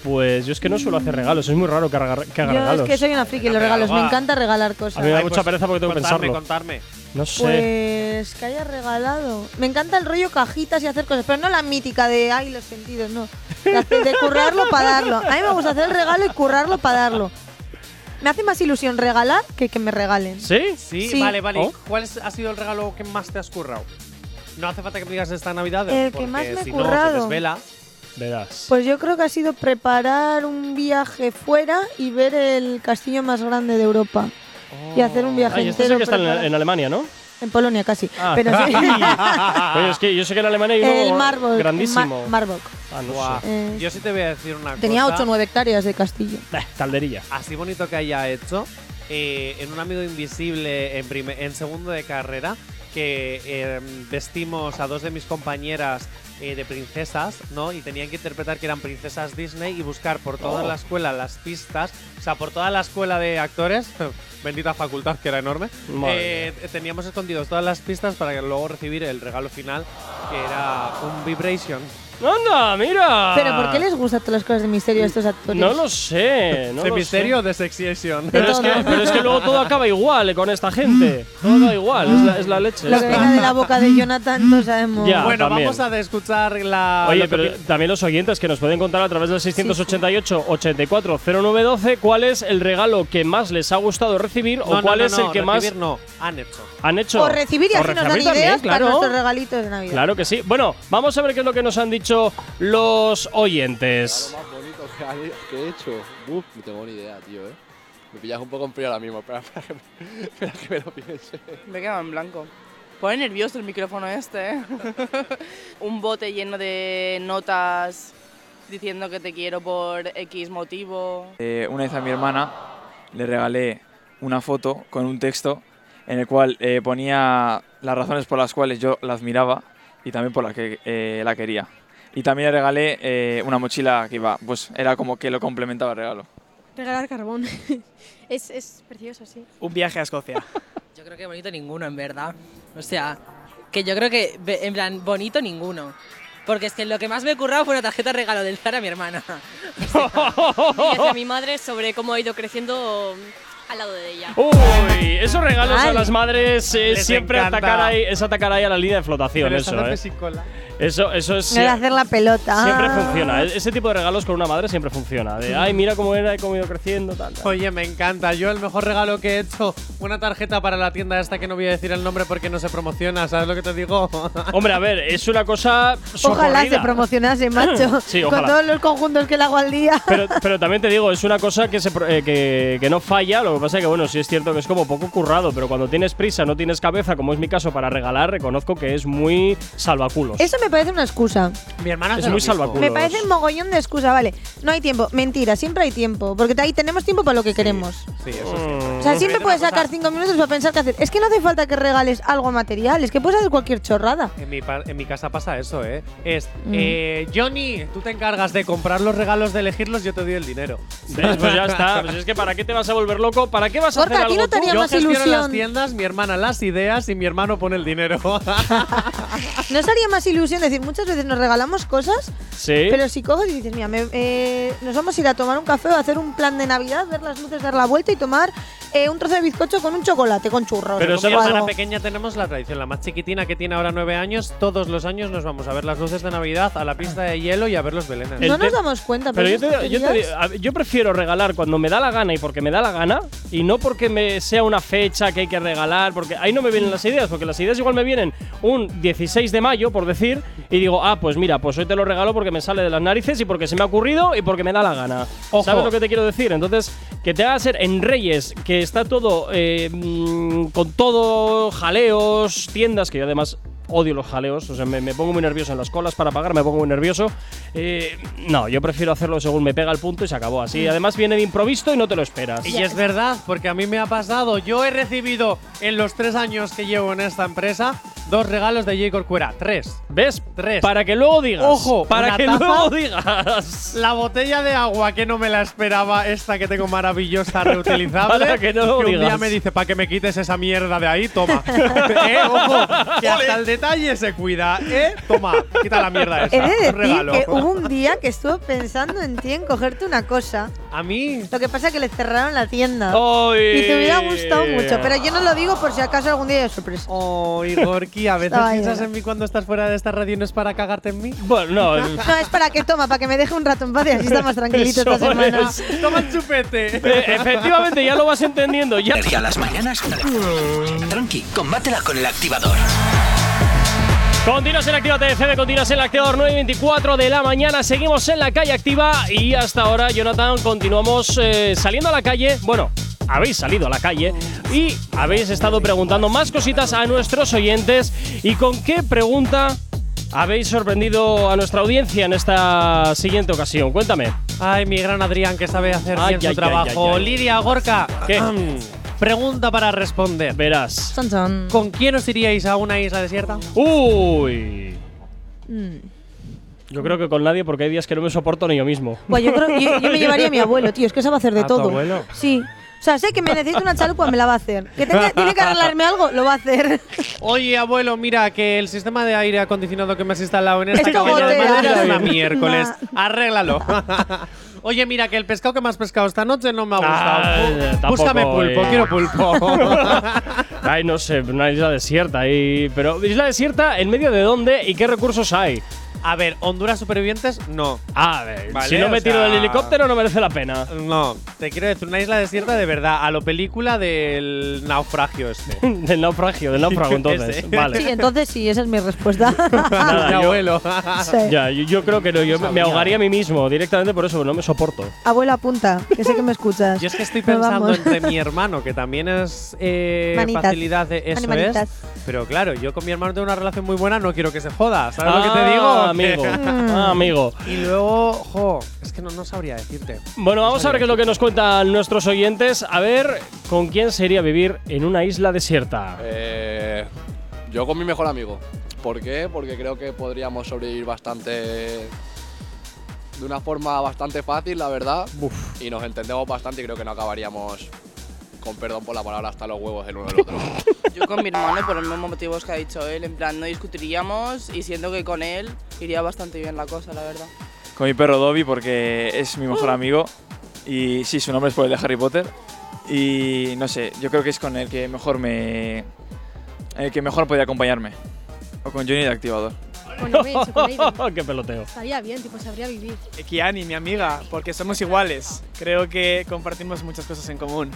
C: Pues yo es que no suelo hacer regalos, es muy raro que haga, que haga
J: Yo es
C: regalos.
J: que soy una friki de los
D: Venga,
J: regalos. Me
D: va.
J: encanta regalar
C: A mí me da
J: cosas.
D: Ay, pues,
C: mucha pereza porque tengo que
D: contadme,
C: pensarlo.
D: Contadme,
C: No sé.
J: Pues que haya regalado. Me encanta el rollo cajitas y hacer cosas, pero no la mítica de ay los sentidos, no. La de- de currarlo para darlo. A mí me gusta hacer el regalo y currarlo para darlo. Me hace más ilusión regalar que que me regalen.
C: ¿Sí?
D: Sí,
J: Sí.
D: vale, vale.
C: Oh.
D: ¿Cuál es- ha sido el regalo que más te has currado? No hace falta que me digas esta Navidad.
J: El que
D: porque
J: más me he
D: si No, se
J: currado.
D: desvela.
C: Verás.
J: Pues yo creo que ha sido preparar un viaje fuera y ver el castillo más grande de Europa. Y hacer un viaje
C: Ay, este sé
J: entero
C: que está en,
J: preparado.
C: en Alemania, ¿no?
J: En Polonia casi.
C: Ah.
J: Pero sí.
C: Oye, es que yo sé que en Alemania hay uno
J: el Marburg.
C: grandísimo.
J: Ma- Marburg.
C: ah, no
D: Buah.
C: sé.
J: Eh,
D: Yo sí te voy a decir una
J: Tenía
C: Pues
D: cosa.
J: 8 o 9 hectáreas de castillo.
C: Bah, Calderilla.
D: así eh, bonito que haya hecho eh, en un amigo invisible en, prime- en segundo de carrera que eh, vestimos a dos de mis compañeras eh, de princesas, ¿no? Y tenían que interpretar que eran princesas Disney y buscar por toda
C: Oh.
D: la escuela las pistas, o sea, por toda la escuela de actores, bendita facultad que era enorme,
F: Madre
D: eh, teníamos escondidos todas las pistas para que luego recibir el regalo final, que era un vibration.
C: ¡Anda, mira!
J: ¿Pero por qué les gustan todas las cosas de misterio a estos actores?
C: Ah. No lo sé, no
D: ¿De
C: lo
D: misterio
C: sé.
D: o de sexiation?
C: Pero es, que, pero es que luego todo acaba igual eh, con esta gente. Todo igual, es la, es la leche.
J: Lo que venga de la boca de Jonathan, no sabemos.
C: Ya.
D: bueno,
C: también.
D: vamos a escuchar la.
C: Ah, Oye,
D: lo que
C: pero
D: pi-
C: también los oyentes que nos pueden contar a través del 688-840912 cuál es el regalo que más les ha gustado recibir
D: No,
C: o
D: no,
C: cuál
D: no,
C: es el
D: no,
C: que más
D: recibir no, han hecho.
C: han hecho.
J: O recibir y
C: O
J: así nos dan
C: recibir
J: ideas
C: también,
J: para
C: claro.
J: nuestros regalitos de Navidad.
C: Claro que sí. Bueno, vamos a ver qué es lo que nos han dicho los oyentes.
K: más bonito que, hay- que he hecho. Uf, no tengo ni idea, tío, eh. Me pillas un poco en frío ahora mismo, espera, espera que, me, espera que me lo piense.
L: Me he quedado en blanco. Pone nervioso el micrófono este, ¿eh? Un bote lleno de notas diciendo que te quiero por X motivo.
M: Eh, una vez a mi hermana le regalé una foto con un texto en el cual eh, ponía las razones por las cuales yo la admiraba y también por las que eh, la quería. Y también le regalé eh, una mochila que iba, pues era como que lo complementaba el regalo.
N: Regalar carbón. es, es precioso, sí.
M: Un viaje a Escocia.
O: Yo creo que bonito ninguno, en verdad. O sea, que yo creo que, ve- en plan, bonito ninguno. Porque es que lo que más me he currado fue una tarjeta regalo del Zara a mi hermana.
N: Y hacia mi madre sobre cómo ha ido creciendo al lado de ella.
C: Uy, esos regalos a
N: Ay.
C: las madres eh,
D: Les
C: siempre
D: encanta.
C: atacar ahí, es atacar ahí a la línea de flotación.
D: Pero
C: Eso,
D: esta
C: eh.
D: hace psicola.
C: eso, eso es.
J: No Ah. era hacer la pelota.
C: Siempre funciona. E- Ese tipo de regalos con una madre siempre funciona. De, ay, mira cómo era, cómo he ido creciendo, tal, tal.
D: Oye, me encanta. Yo el mejor regalo que he hecho, una tarjeta para la tienda esta que no voy a decir el nombre porque no se promociona, ¿sabes lo que te digo?
C: Hombre, a ver, es una cosa
J: Ojalá
C: socorrida.
J: se promocionase, macho.
C: Sí,
J: Con
C: ojalá.
J: todos los conjuntos que le hago al día.
C: Pero, pero también te digo, es una cosa que, se, pro- eh, que, que no falla. Lo que pasa es que, bueno, sí es cierto que es como poco currado, pero cuando tienes prisa, no tienes cabeza, como es mi caso, para regalar, reconozco que es muy salvaculos.
J: Eso me parece una excusa.
D: Mi hermana
C: hace Es lo muy mismo. salvaculos.
J: Me parece un mogollón de excusa, vale. No hay tiempo. Mentira, siempre hay tiempo. Porque ahí tenemos tiempo para lo que queremos.
D: Sí, eso es
C: Mm.
D: cierto.
J: O sea, siempre puedes sacar cinco minutos para pensar qué hacer. Es que no hace falta que regales algo material, es que puedes hacer cualquier chorrada.
D: En mi, pa- en mi casa pasa eso, ¿eh? Es,
J: Mm.
D: eh, Johnny, tú te encargas de comprar los regalos, de elegirlos, yo te doy el dinero.
C: ¿Ves? Pues ya está. Pues es que ¿para qué te vas a volver loco? ¿Para qué vas a
J: Gorka,
C: hacer
J: ¿a ti
C: algo
J: no te
C: tú?
J: haría
D: Yo
J: más
D: gestiono las
J: ilusión.
D: tiendas, mi hermana las ideas y mi hermano pone el dinero.
J: ¿No os haría más ilusión decir, muchas veces nos regalamos cosas,
C: Sí.
J: pero si coges y dices, mira, me- eh, nos vamos a ir a tomar un café o a hacer un plan de Navidad, ver las luces, dar la vuelta y tomar eh, un trozo de bizcocho con un chocolate, con churros.
D: Pero
J: o
D: con mi
J: algo.
D: hermana pequeña tenemos la tradición, la más chiquitina que tiene ahora nueve años. Todos los años nos vamos a ver las luces de Navidad, a la pista de hielo y a ver los belenes.
C: El
J: No nos
C: te-
J: damos cuenta, pero,
C: Pero yo
J: esas
C: te, yo, te
J: tonterías-
C: digo, a- yo prefiero regalar cuando me da la gana y porque me da la gana y no porque me sea una fecha que hay que regalar, porque ahí no me vienen las ideas, porque las ideas igual me vienen un 16 de mayo, por decir, y digo, ah, pues mira, pues hoy te lo regalo porque me sale de las narices y porque se me ha ocurrido y porque me da la gana.
D: Ojo.
C: ¿Sabes lo que te quiero decir? Entonces, que te haga ser en Reyes, que está todo eh, mm, con todo jaleos, tiendas, que yo además odio los jaleos, o sea, me, me pongo muy nervioso en las colas para pagar, me pongo muy nervioso. Eh, no, yo prefiero hacerlo según me pega el punto y se acabó así. Además viene de improviso y no te lo esperas.
D: Y es verdad, porque a mí me ha pasado. Yo he recibido en los tres años que llevo en esta empresa dos regalos de J. Corcuera. Tres.
C: ¿Ves?
D: Tres.
C: Para que luego digas.
D: Ojo,
C: para
D: una
C: que
D: taza.
C: luego digas.
D: La botella de agua que no me la esperaba, esta que tengo maravillosa, reutilizable.
C: Para que no lo
D: un día
C: digas.
D: me dice, para que me quites esa mierda de ahí, toma. Eh, Ojo, que hasta el detalle se cuida, ¿eh? Toma, quita la mierda esa.
J: He de decir
D: un regalo.
J: que hubo un día que estuve pensando en ti en cogerte una cosa.
D: A mí.
J: Lo que pasa es que le cerraron la tienda.
C: Ay.
J: Y te hubiera gustado mucho. Pero yo no lo digo por si acaso algún día de sorpresa.
D: Ay, Gorky, a veces
J: Estaba
D: piensas
J: llorando.
D: en mí cuando estás fuera de esta radio y no es para cagarte en mí.
C: Bueno, no. eh,
J: No, es para que toma, para que me deje un rato en paz y así está más tranquilito
C: Eso
J: esta semana.
C: es.
D: Toma el chupete.
C: Eh, efectivamente, ya lo vas entendiendo. Ya.
B: Energía a las mañanas. Tranqui, combátela con el activador.
C: Continuas en Activa TFM, continuas en el activador 9 y 24 de la mañana. Seguimos en la calle activa y hasta ahora, Jonathan, continuamos eh, saliendo a la calle. Bueno, habéis salido a la calle y habéis estado preguntando más cositas a nuestros oyentes. ¿Y con qué pregunta habéis sorprendido a nuestra audiencia en esta siguiente ocasión? Cuéntame.
D: Ay, mi gran Adrián que sabe hacer
C: Ay,
D: bien
C: ay,
D: su
C: ay,
D: trabajo.
C: ay, ay.
D: Lidia Gorka.
C: ¿Qué?
D: Ahem. Pregunta para responder.
C: Verás.
D: ¿Con quién os iríais a una isla desierta?
C: Uy. Yo creo que con nadie porque hay días que no me soporto ni yo mismo.
J: Buah, Pues yo, creo, yo, yo me llevaría a mi abuelo, tío. Es que se va a hacer de
C: ¿A tu
J: todo.
C: abuelo?
J: Sí. O sea, sé que me necesito una chalupa, me la va a hacer. Que tenga- tiene que arreglarme algo, lo va a hacer.
D: Oye, abuelo, mira que el sistema de aire acondicionado que me has instalado en esta
J: Esto
D: cabina de
J: gotea.
D: madera es una miércoles. Arréglalo.
F: Oye, mira, que el pescado que más pescado esta noche no me ha
C: Ah,
F: gustado.
C: tampoco,
F: Búscame pulpo,
C: eh.
F: quiero pulpo.
C: Ay, no sé, una isla desierta. ahí… Pero, ¿isla desierta en medio de dónde y qué recursos hay?
D: A ver, Honduras supervivientes, no.
C: A ver,
D: Vale,
C: si no
D: o
C: me tiro
D: sea-
C: del helicóptero no merece la pena.
D: No, te quiero decir, una isla desierta de verdad, a lo película del naufragio este.
C: del naufragio, del náufrago, entonces.
D: Ese.
C: Vale.
J: Sí, entonces sí, esa es mi respuesta.
C: Nada, yo-
J: Sí.
C: Ya, yo, yo creo que no, yo me ahogaría a mí mismo directamente por eso, no me soporto.
J: Abuela, apunta, que sé que me escuchas.
D: Yo es que estoy
J: Pero
D: pensando
J: vamos.
D: entre mi hermano, que también es eh,
J: Manitas.
D: facilidad de eso
J: Animalitas.
D: es. Pero claro, yo con mi hermano tengo una relación muy buena, no quiero que se joda. ¿Sabes lo que
C: Ah,
D: te digo?
C: amigo.
O: Mm.
C: Ah, amigo.
D: Y luego, jo, es que no, no sabría decirte.
C: Bueno, vamos a ver qué es lo que nos cuentan nuestros oyentes. A ver, ¿con quién sería vivir en una isla desierta?
K: Eh, yo con mi mejor amigo. ¿Por qué? Porque creo que podríamos sobrevivir bastante. de una forma bastante fácil, la verdad. Y nos entendemos bastante y creo que no acabaríamos, con perdón por la palabra, hasta los huevos el uno del otro.
L: Yo con mi hermano, por los mismos motivos que ha dicho él, en plan, no discutiríamos y siento que con él iría bastante bien la cosa, la verdad.
M: Con mi perro Dobby porque es mi mejor amigo y sí, su nombre es por el de Harry Potter y no sé, yo creo que es con el que mejor me... el que mejor podía acompañarme. O con Johnny de Activador.
P: Con Aven, con Aven.
C: ¡Ah, ¡Qué peloteo!
P: Estaría bien, tipo, sabría vivir.
Q: Kiani, mi amiga, porque somos iguales. Creo que compartimos muchas cosas en común.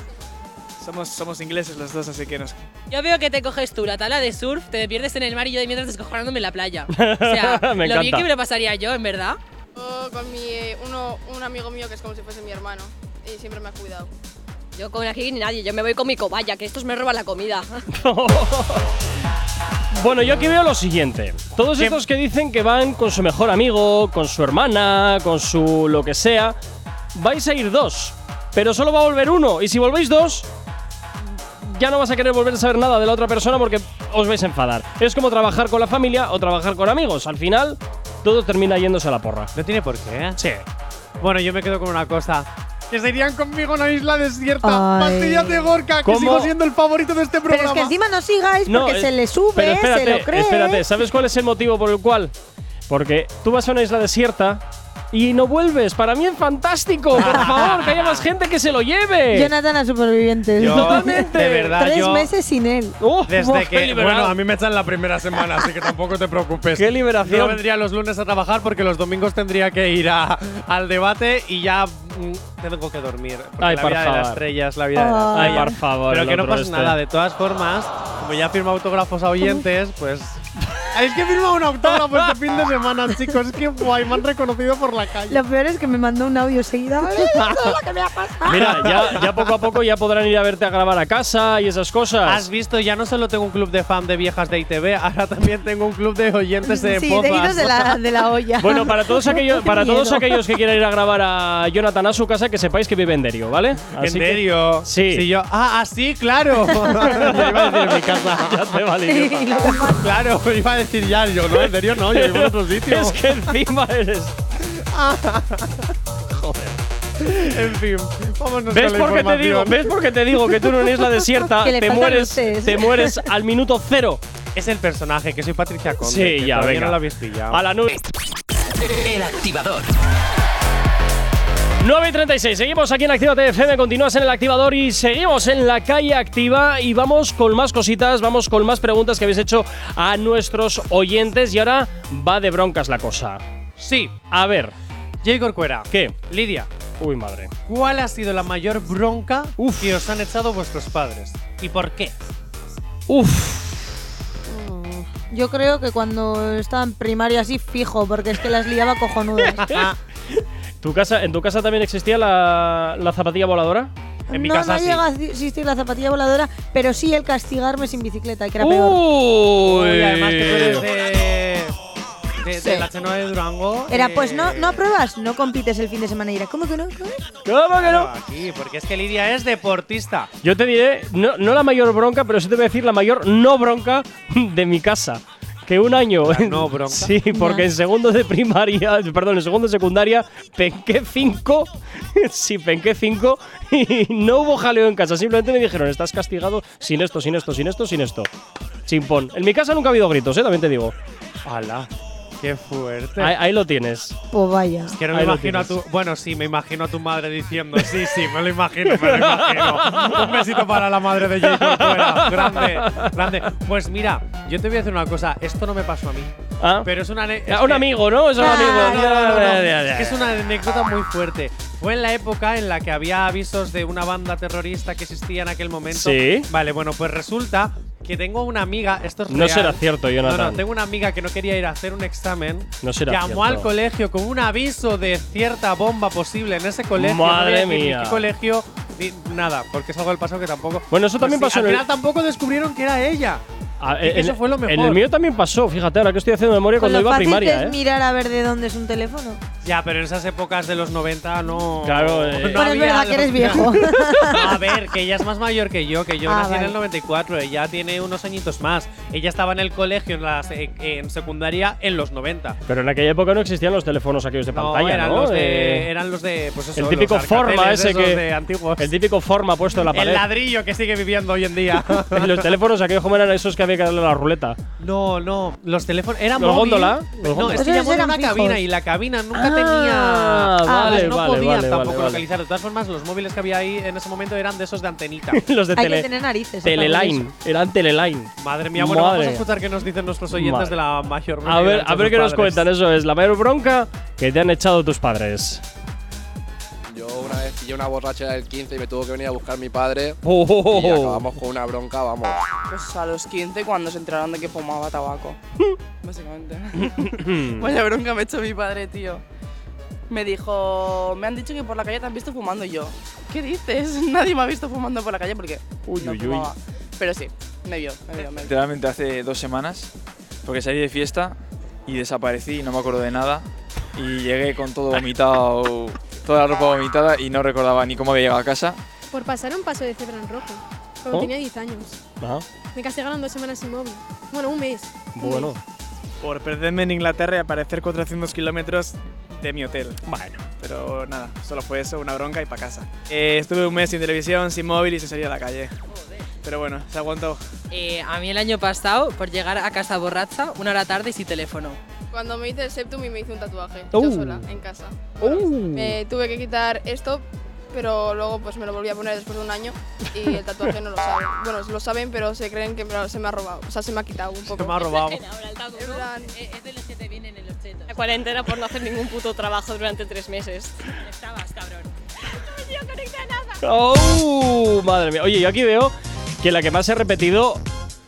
Q: Somos, somos ingleses los dos, así que nos...
O: Yo veo que te coges tú la tabla de surf, te pierdes en el mar y yo de mientras descojonándome en la playa. O sea,
Q: Me
O: lo bien
Q: encanta.
O: que me lo pasaría yo, en verdad.
I: Yo con mi, eh, uno, un amigo mío que es como si fuese mi hermano y siempre me ha cuidado.
N: Yo con aquí ni nadie, yo me voy con mi cobaya, que estos me roban la comida.
C: Bueno, yo aquí veo lo siguiente. Todos estos que dicen que van con su mejor amigo, con su hermana, con su lo que sea, vais a ir dos, pero solo va a volver uno. Y si volvéis dos, ya no vas a querer volver a saber nada de la otra persona porque os vais a enfadar. Es como trabajar con la familia o trabajar con amigos. Al final, todo termina yéndose a la porra.
D: No tiene por qué, ¿eh?
C: Sí.
D: Bueno, yo me quedo con una cosa.
F: que se irían conmigo a una isla desierta.
D: Ay.
F: Pastillas de Gorka,
C: ¿Cómo?
F: que sigo siendo el favorito de este
J: Pero es
F: programa.
J: que encima no sigáis
C: No,
J: porque
C: es-
J: se le sube, eh,
C: pero espérate,
J: se lo cree.
C: Espérate, ¿sabes cuál es el motivo por el cual? Porque tú vas a una isla desierta y no vuelves. Para mí es fantástico. Por favor, que haya más gente que se lo lleve.
J: Jonathan a supervivientes.
C: Yo, Totalmente.
F: de verdad,
J: Tres
F: yo-
J: meses sin él.
F: Desde que, bueno, a
J: Bueno,
F: mí me echan la primera semana, así que tampoco te preocupes.
C: ¡Qué liberación!
F: Yo vendría los lunes a trabajar porque los domingos tendría que ir a- al debate y ya mm, tengo que dormir. porque
C: Ay,
F: la
C: por
F: vida de
C: favor.
F: las estrellas, la vida de
J: Ah.
F: las
C: Ay,
F: estrellas.
C: por favor,
F: Pero
C: el
F: que no
C: otro
F: pasa
C: este.
F: nada,
D: ¿eh?
F: de todas formas, como ya firma autógrafos a oyentes, pues. Es que firma un autógrafo este fin de semana, chicos. Es que guay, me han reconocido por la calle.
J: lo peor es que me mandó un audio seguido. lo que me ha pasado.
C: Mira, ya, ya poco a poco ya podrán ir a verte a grabar a casa y esas
D: Has
C: cosas.
D: visto, ya no solo tengo un club de fan de viejas de ITV, ahora también tengo un club de
C: Pues
D: oyentes de
J: Sí, de
D: pozas.
J: iros de la, de la olla.
C: Bueno, para todos aquellos,
J: Qué
C: para todos
J: miedo.
C: aquellos que quieran ir a grabar a Jonathan a su casa, que sepáis que vive en Derio, ¿vale? que-
D: Derio?
C: sí.
D: Si yo, ah, ah, sí, claro.
C: Ya iba a decir en mi casa. Ya te vale, idiota.
D: claro, iba a decir ya, yo no, en serio no, yo vivo en otro sitio.
C: Es que encima eres.
F: En fin, vámonos
C: ¿Ves
F: con la
C: por qué te digo?
F: información.
C: ¿Ves por qué te digo que tú en una isla desierta
F: Que le
C: te
F: faltan
C: mueres,
F: luces.
C: te mueres al minuto cero?
D: Es el personaje, que soy Patricia Conde.
C: Sí,
D: que
C: ya,
D: todavía
C: venga.
D: no la habéis pillado.
C: A la nube.
B: El activador.
C: 9 y 36, seguimos aquí en Activa TFM, continúas en el activador y seguimos en la calle activa y vamos con más cositas, vamos con más preguntas que habéis hecho a nuestros oyentes y ahora va de broncas la cosa.
D: Sí.
C: A ver.
D: Jay Corcuera.
C: ¿Qué?
D: Lidia.
C: Uy, madre.
D: ¿Cuál ha sido la mayor bronca que os han echado vuestros padres? ¿Y por qué?
C: Uf.
J: Yo creo que cuando estaba en primaria así fijo, porque es que las liaba cojonudas.
C: ¿Tu casa, ¿En tu casa también existía la, la zapatilla voladora?
J: no, no llega a existir la zapatilla voladora, pero sí el
C: Uh.
J: castigarme sin bicicleta, que era peor.
C: Uy,
D: Uy, además que tú eres de, de de,
J: Sí.
D: de la Chenoa de Durango.
J: Era,
D: eh,
J: pues no, no apruebas, no compites el fin de semana. Y era, ¿cómo que no? ¿Cómo?
C: ¿Cómo que no?
D: Aquí, porque es que Lidia es deportista.
C: Yo te diré, no, no la mayor bronca, pero sí te voy a decir la mayor no bronca de mi casa. Que un año. no bronca. Sí, porque
D: Ya.
C: en segundo de primaria, perdón, en segundo de secundaria, penqué cinco. sí, penqué cinco. Y no hubo jaleo en casa. Simplemente me dijeron, estás castigado sin esto, sin esto, sin esto, sin esto. Chimpón. En mi casa nunca ha habido gritos, ¿eh? También te digo. ¡Hala!
D: ¡Qué fuerte!
C: Ahí, ahí lo tienes.
J: Pues vaya.
D: Que no me
C: Ahí lo
D: imagino a tu.
C: tienes.
D: Bueno, sí, me imagino a tu madre diciendo. Sí, sí, me lo imagino, me lo imagino. Un besito para la madre de Jacob fuera. Grande, grande. Pues mira, yo te voy a decir una cosa. Esto no me pasó a mí. Pero es una. ane-
C: Ah,
D: es
C: un
D: que-
C: amigo, ¿no? Es un
D: Ah,
C: amigo.
D: no, no, no, no.
C: Ya, ya, ya.
D: Es que es una anécdota muy fuerte. Fue en la época en la que había avisos de una banda terrorista que existía en aquel momento.
C: Sí.
D: Vale, bueno, pues resulta que tengo una amiga. Esto es
C: No
D: real.
C: será cierto,
D: No,
C: Jonathan.
D: no, tengo una amiga que no quería ir a hacer un examen.
C: No será
D: Llamó
C: cierto.
D: al colegio con un aviso de cierta bomba posible en ese colegio.
C: Madre
D: no voy a decir ni
C: mía.
D: qué colegio ni nada, porque es algo del pasado que tampoco.
C: Bueno, eso
D: Pues
C: también
D: sí,
C: pasó
D: Al
C: en el-
D: final tampoco descubrieron que era ella.
C: Ah,
D: Y que
C: en-
D: eso fue lo mejor.
C: En el mío también pasó, fíjate, ahora que estoy haciendo memoria
J: Con
C: cuando
J: lo
C: iba a
J: fácil que
C: primaria,
J: es
C: ¿eh?
J: mirar a ver de dónde es un teléfono.
D: Ya, pero en esas épocas de los 90 no.
C: Claro, eh.
D: no
J: Bueno, es
D: había
J: verdad
D: la
J: que eres viejo.
D: posibilidad. a ver, que ella es más mayor que yo, que yo
J: Ah,
D: nací en el
J: vale.
D: 94, ella tiene unos añitos más. Ella estaba en el colegio, en, la se- en secundaria, en los 90.
C: Pero en aquella época no existían los teléfonos aquellos de
D: No,
C: pantalla,
D: eran,
C: ¿no?
D: Los
C: Eh,
D: de, eran los de. Pues eso,
C: el típico
D: los
C: forma
D: arcateles
C: ese
D: esos
C: que.
D: de antiguos.
C: El típico forma puesto en la
D: El
C: pared.
D: ladrillo que sigue viviendo hoy en día.
C: los teléfonos aquellos como eran esos que había que darle a la ruleta.
D: No, no, los teléfonos eran
C: ¿Los
D: móvil.
C: góndola? ¿Los
D: No,
C: góndola?
D: es que
C: Esos
D: llamó a
C: eran
D: una
C: fijos.
D: cabina y la cabina nunca
C: Ah,
D: tenía.
C: vale,
D: no
C: vale,
D: podías
C: vale,
D: tampoco
C: vale, vale.
D: localizar. De todas formas, los móviles que había ahí en ese momento eran de esos de antenita.
C: los de
D: Hay que
C: tele.
D: tener narices,
C: Teleline.
D: entonces.
C: Eran Teleline.
D: Madre mía, bueno,
C: Madre
D: vamos a
C: mía.
D: escuchar qué nos dicen nuestros oyentes
C: Madre.
D: de la mayor.
C: A
D: de
C: ver, a
D: nuestros
C: ver qué nos
D: padres.
C: cuentan. Eso es la mayor bronca que te han echado tus padres.
K: Yo una vez pillé una borrachera del 15 y me tuvo que venir a buscar mi padre.
C: Oh, oh, oh,
K: Y
C: oh.
K: acabamos con una bronca, vamos.
L: Pues a los 15 cuando se enteraron de que fumaba tabaco. Básicamente.
C: Mm.
L: Vaya bronca me echó mi padre, tío. Me dijo, me han dicho que por la calle te han visto fumando Y yo. ¿Qué dices? Nadie me ha visto fumando por la calle porque
M: Uy,
L: no
M: uy, uy.
L: fumaba. Pero sí, me vio, me vio, me vio.
M: Literalmente hace dos semanas, porque salí de fiesta y desaparecí y no me acuerdo de nada. Y llegué con todo vomitado, toda la ropa vomitada y no recordaba ni cómo había llegado a casa.
P: Por pasar un paso de cebra en rojo. Cuando
M: ¿Oh?
P: tenía 10 años. Me castigaron dos semanas sin móvil. Bueno, un mes. un mes.
Q: Por perderme en Inglaterra y aparecer 400 kilómetros de mi hotel.
C: Bueno.
Q: Pero nada, solo fue eso, una bronca y para casa. Eh, estuve un mes sin televisión, sin móvil y sin salir a la calle. Pero bueno, se aguantó.
O: Eh, a mí el año pasado, por llegar a casa borracha, una hora tarde y sin teléfono.
I: Cuando me hice el septum y me hice un tatuaje,
O: Uh.
I: yo sola, en casa.
D: Uh.
I: Me tuve que quitar esto, pero luego pues me lo volví a poner después de un año y el tatuaje no lo saben. Bueno, lo saben, pero se creen que me lo- se me ha robado, o sea, se me ha quitado un poco.
D: me ha robado.
N: Es de los que te vienen en los chetos. La cuarentena por no hacer ningún puto trabajo durante tres meses. Estabas, cabrón.
C: ¡Oh! Madre mía. Oye, yo aquí veo que la que más he repetido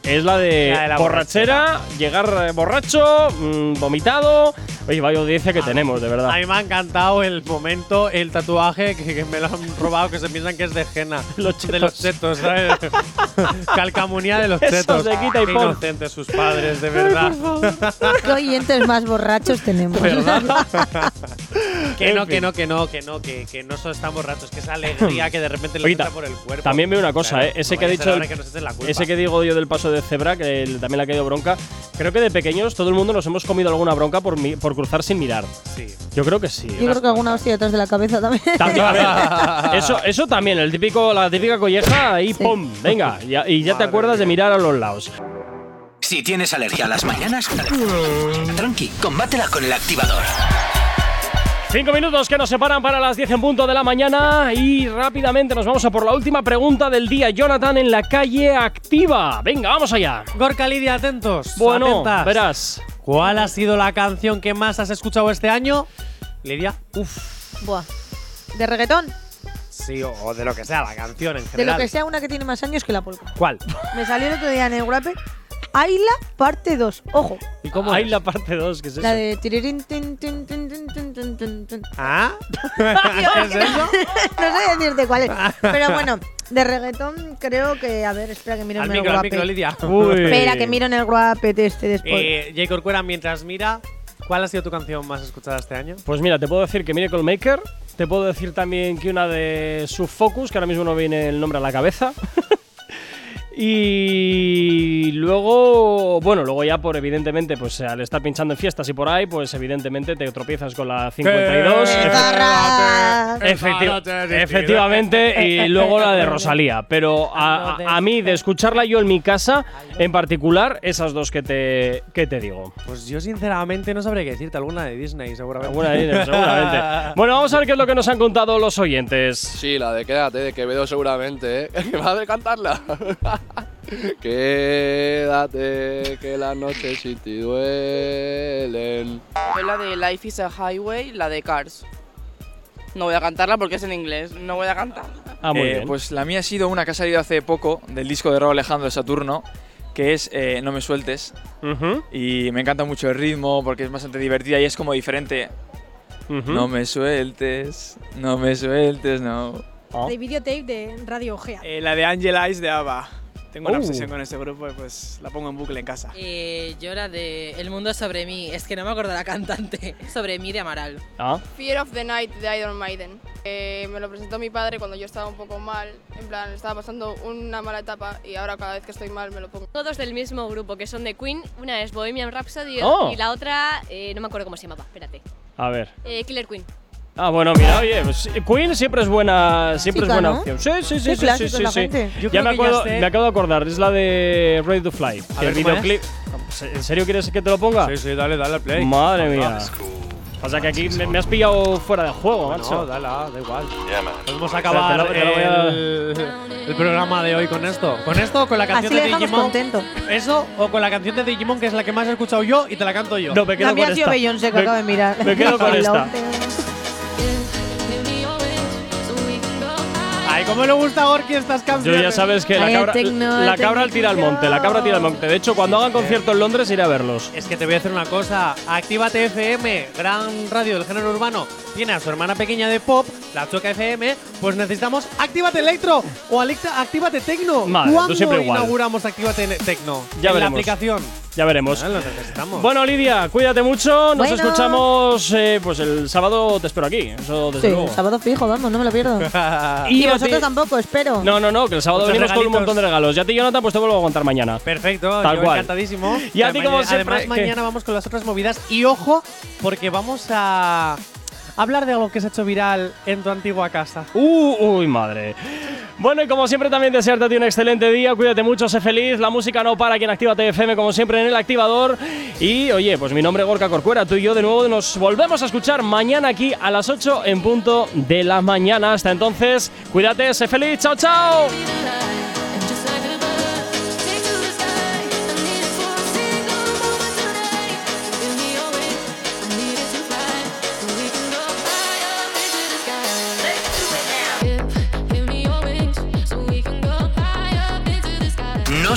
C: es la de,
D: La de la
C: borrachera, llegar eh, borracho, mm, vomitado. Oye, vaya audiencia
D: Ah,
C: que tenemos, de verdad.
D: A mí me ha encantado el momento, el tatuaje que, que me lo han robado, que se piensan que es de Jena. De los chetos, ¿sabes? Calcamunía de los
C: Eso
D: chetos.
C: se quita y
D: Qué
C: pon.
D: inocentes sus padres, de verdad.
J: ¿Qué oyentes más borrachos tenemos?
D: que
C: En
D: no,
C: fin.
D: que no, que no, que no, que, que no solo están borrachos, que esa alegría que de repente le
C: Oye,
D: entra
C: ta-
D: por el cuerpo.
C: También veo una cosa,
D: Claro,
C: ¿eh? Ese
D: no
C: que ha
D: vaya a ser
C: dicho.
D: ahora que nos echen la culpa.
C: ese que digo yo del paso de cebra, que él también le ha caído bronca. Creo que de pequeños todo el mundo nos hemos comido alguna bronca por, mi- por cruzar sin mirar.
D: Sí.
C: Yo creo que sí. ¿eh?
J: Yo creo que alguna hostia detrás de la cabeza también.
C: También, a ver, eso, eso también, el típico, la típica colleja y ¡pum! Venga, y, ya- y ya te acuerdas de mirar a los lados.
B: Si tienes alergia a las mañanas, tranqui, combátela con el activador.
C: Cinco minutos que nos separan para las 10 en punto de la mañana y rápidamente nos vamos a por la última pregunta del día. Jonathan en la calle activa. Venga, vamos allá.
D: Gorka Lidia, atentos.
C: Bueno,
D: atentas.
C: verás.
D: ¿Cuál ha sido la canción que más has escuchado este año? Lidia, uff,
J: Buah. ¿De reggaetón?
D: sí, o, o de lo que sea, la canción en
J: De
D: general.
J: lo que sea, una que tiene más años que la polca.
D: ¿Cuál?
J: Me salió el otro día en el Wrapper. Ayla, parte 2. Ojo.
C: ¿Y cómo Hay la parte 2, que es
J: La
C: eso?
J: de. tiririn, tin, tin, tin, tin, tin, tin, tin, tin.
D: ¿Ah?
J: ¿Qué es eso? no sé decirte cuál es. Pero bueno, de reggaetón creo que. A ver, espera que miro
D: Al
J: en el
D: micro, al
J: Wrapper.
D: micro, Lidia.
C: Uy.
J: Espera que miro en el Wrapper este después.
D: Eh, J. Corcuera, mientras mira, ¿Cuál ha sido tu canción más escuchada este año?
C: Pues mira, te puedo decir que Miracle Maker, te puedo decir también que una de Subfocus, que ahora mismo no viene el nombre a la cabeza. y luego, bueno, luego ya por evidentemente, pues al estar pinchando en fiestas y por ahí, pues evidentemente te tropiezas con la 52.
H: ¡Qué
C: Efecti-
H: Efecti-
C: efectivamente, y luego la de Rosalía. Pero a, a- a mí, de escucharla yo en mi casa, en particular, esas dos que te, que te digo.
D: Pues yo sinceramente no sabré qué decirte, alguna de Disney seguramente.
C: Alguna de ellas, seguramente. Bueno, vamos a ver qué es lo que nos han contado los oyentes.
K: Sí, la de quédate, de Quevedo seguramente, ¿eh? Que vas a cantarla. quédate, que las noches sí te duelen.
L: Yo la de Life is a Highway, la de Cars. No voy a cantarla porque es en inglés. No voy a cantarla.
C: Ah, muy
M: Eh,
C: bien.
M: Pues la mía ha sido una que ha salido hace poco del disco de Raúl Alejandro de Saturno, que es eh, No me sueltes. Y me encanta mucho el ritmo porque es bastante divertida y es como diferente. No me sueltes, no me sueltes, no.
P: De videotape de Radio Ojea.
Q: Eh, la de Angel Eyes de ABBA. Tengo
D: Uh.
Q: una
M: Oh.
Q: obsesión con este grupo y pues la pongo en bucle en casa.
O: Eh, yo la de El mundo sobre mí, es que no me acuerdo la cantante. Sobre mí de Amaral.
C: Ah.
I: Fear of the Night de Iron Maiden. Eh, me lo presentó mi padre cuando yo estaba un poco mal. En plan, estaba pasando una mala etapa y ahora cada vez que estoy mal me lo pongo.
N: Todos del mismo grupo, que son de Queen. Una es Bohemian Rhapsody
C: Oh.
N: y la otra, eh, no me acuerdo cómo se llamaba, espérate.
C: A ver.
N: Eh, Killer Queen.
C: Ah, bueno, mira, oye, pues, Queen siempre es buena, siempre
N: Chica,
C: es buena
N: ¿no?
C: opción. Sí, sí,
N: Qué
C: sí, sí, sí,
N: clásicos
C: sí,
N: la
C: sí.
N: gente. Yo
C: Ya
N: creo
C: me
N: que ya
C: acuerdo,
N: sé.
C: me acabo de acordar, es la de Ready to Fly. que
N: ver,
C: el
N: ¿cómo es?
C: videoclip. ¿En serio quieres que te lo ponga? Sí,
F: sí, dale, dale al play.
C: Madre mía.
F: Ojalá.
C: O sea que aquí me, me has pillado fuera de juego, macho.
D: No, dale, da igual. Podemos
C: Te- te
D: acabar
C: lo- te lo voy a-
D: el, el programa de hoy con esto. ¿Con esto o con la canción
J: Así le
D: de
J: dejamos
D: Digimon?
J: contento.
D: ¿Eso o con la canción de Digimon, que es la que más he escuchado yo y te la canto yo?
C: No, me quedo
J: La mía ha sido Beyoncé, que acabo de mirar.
D: me quedo con esta. Ay, cómo le gusta a Gorky estas
C: Yo
D: canciones.
C: ya sabes que la cabra, la cabra tira al monte, la cabra tira al monte. De hecho, cuando hagan concierto en Londres iré a verlos.
D: Es que te voy a decir una cosa. Actívate FM, gran radio del género urbano, tiene a su hermana pequeña de pop, la Choca FM, pues necesitamos Actívate Electro o Alexa, Actívate Tecno.
C: Madre, tú
D: ¿Cuándo
C: siempre igual.
D: inauguramos Actívate Ne- Tecno?
C: Ya
D: en la
C: veremos.
D: aplicación.
C: Ya veremos.
D: Ah, lo necesitamos.
C: Bueno, Lidia, cuídate mucho. Nos
J: Bueno.
C: escuchamos eh, pues el sábado te espero aquí. Eso desde
J: Sí,
C: luego.
J: sábado fijo, vamos, no me lo pierdo.
D: Ah.
C: Y
J: y
C: no te-
J: vosotros tampoco, espero.
C: No, no, no, que el sábado
D: Muchos
C: venimos con un
D: regalitos.
C: montón de regalos. Ya a ti, Jonathan, pues te vuelvo a aguantar mañana.
D: Perfecto,
C: Tal
D: yo
C: cual.
D: encantadísimo.
C: Y a ti, como
D: Además,
C: siempre, ¿qué?
D: Además, mañana vamos con las otras movidas. Y ojo, porque vamos a hablar de algo que se ha hecho viral en tu antigua casa.
C: Uh, uy, madre. Bueno, y como siempre, también desearte a ti un excelente día. Cuídate mucho, sé feliz. La música no para aquí en Activa TFM, como siempre, en el activador. Y oye, pues mi nombre es Gorka Corcuera. Tú y yo de nuevo nos volvemos a escuchar mañana aquí a las 8 en punto de la mañana. Hasta entonces, cuídate, sé feliz. Chao, chao.
B: No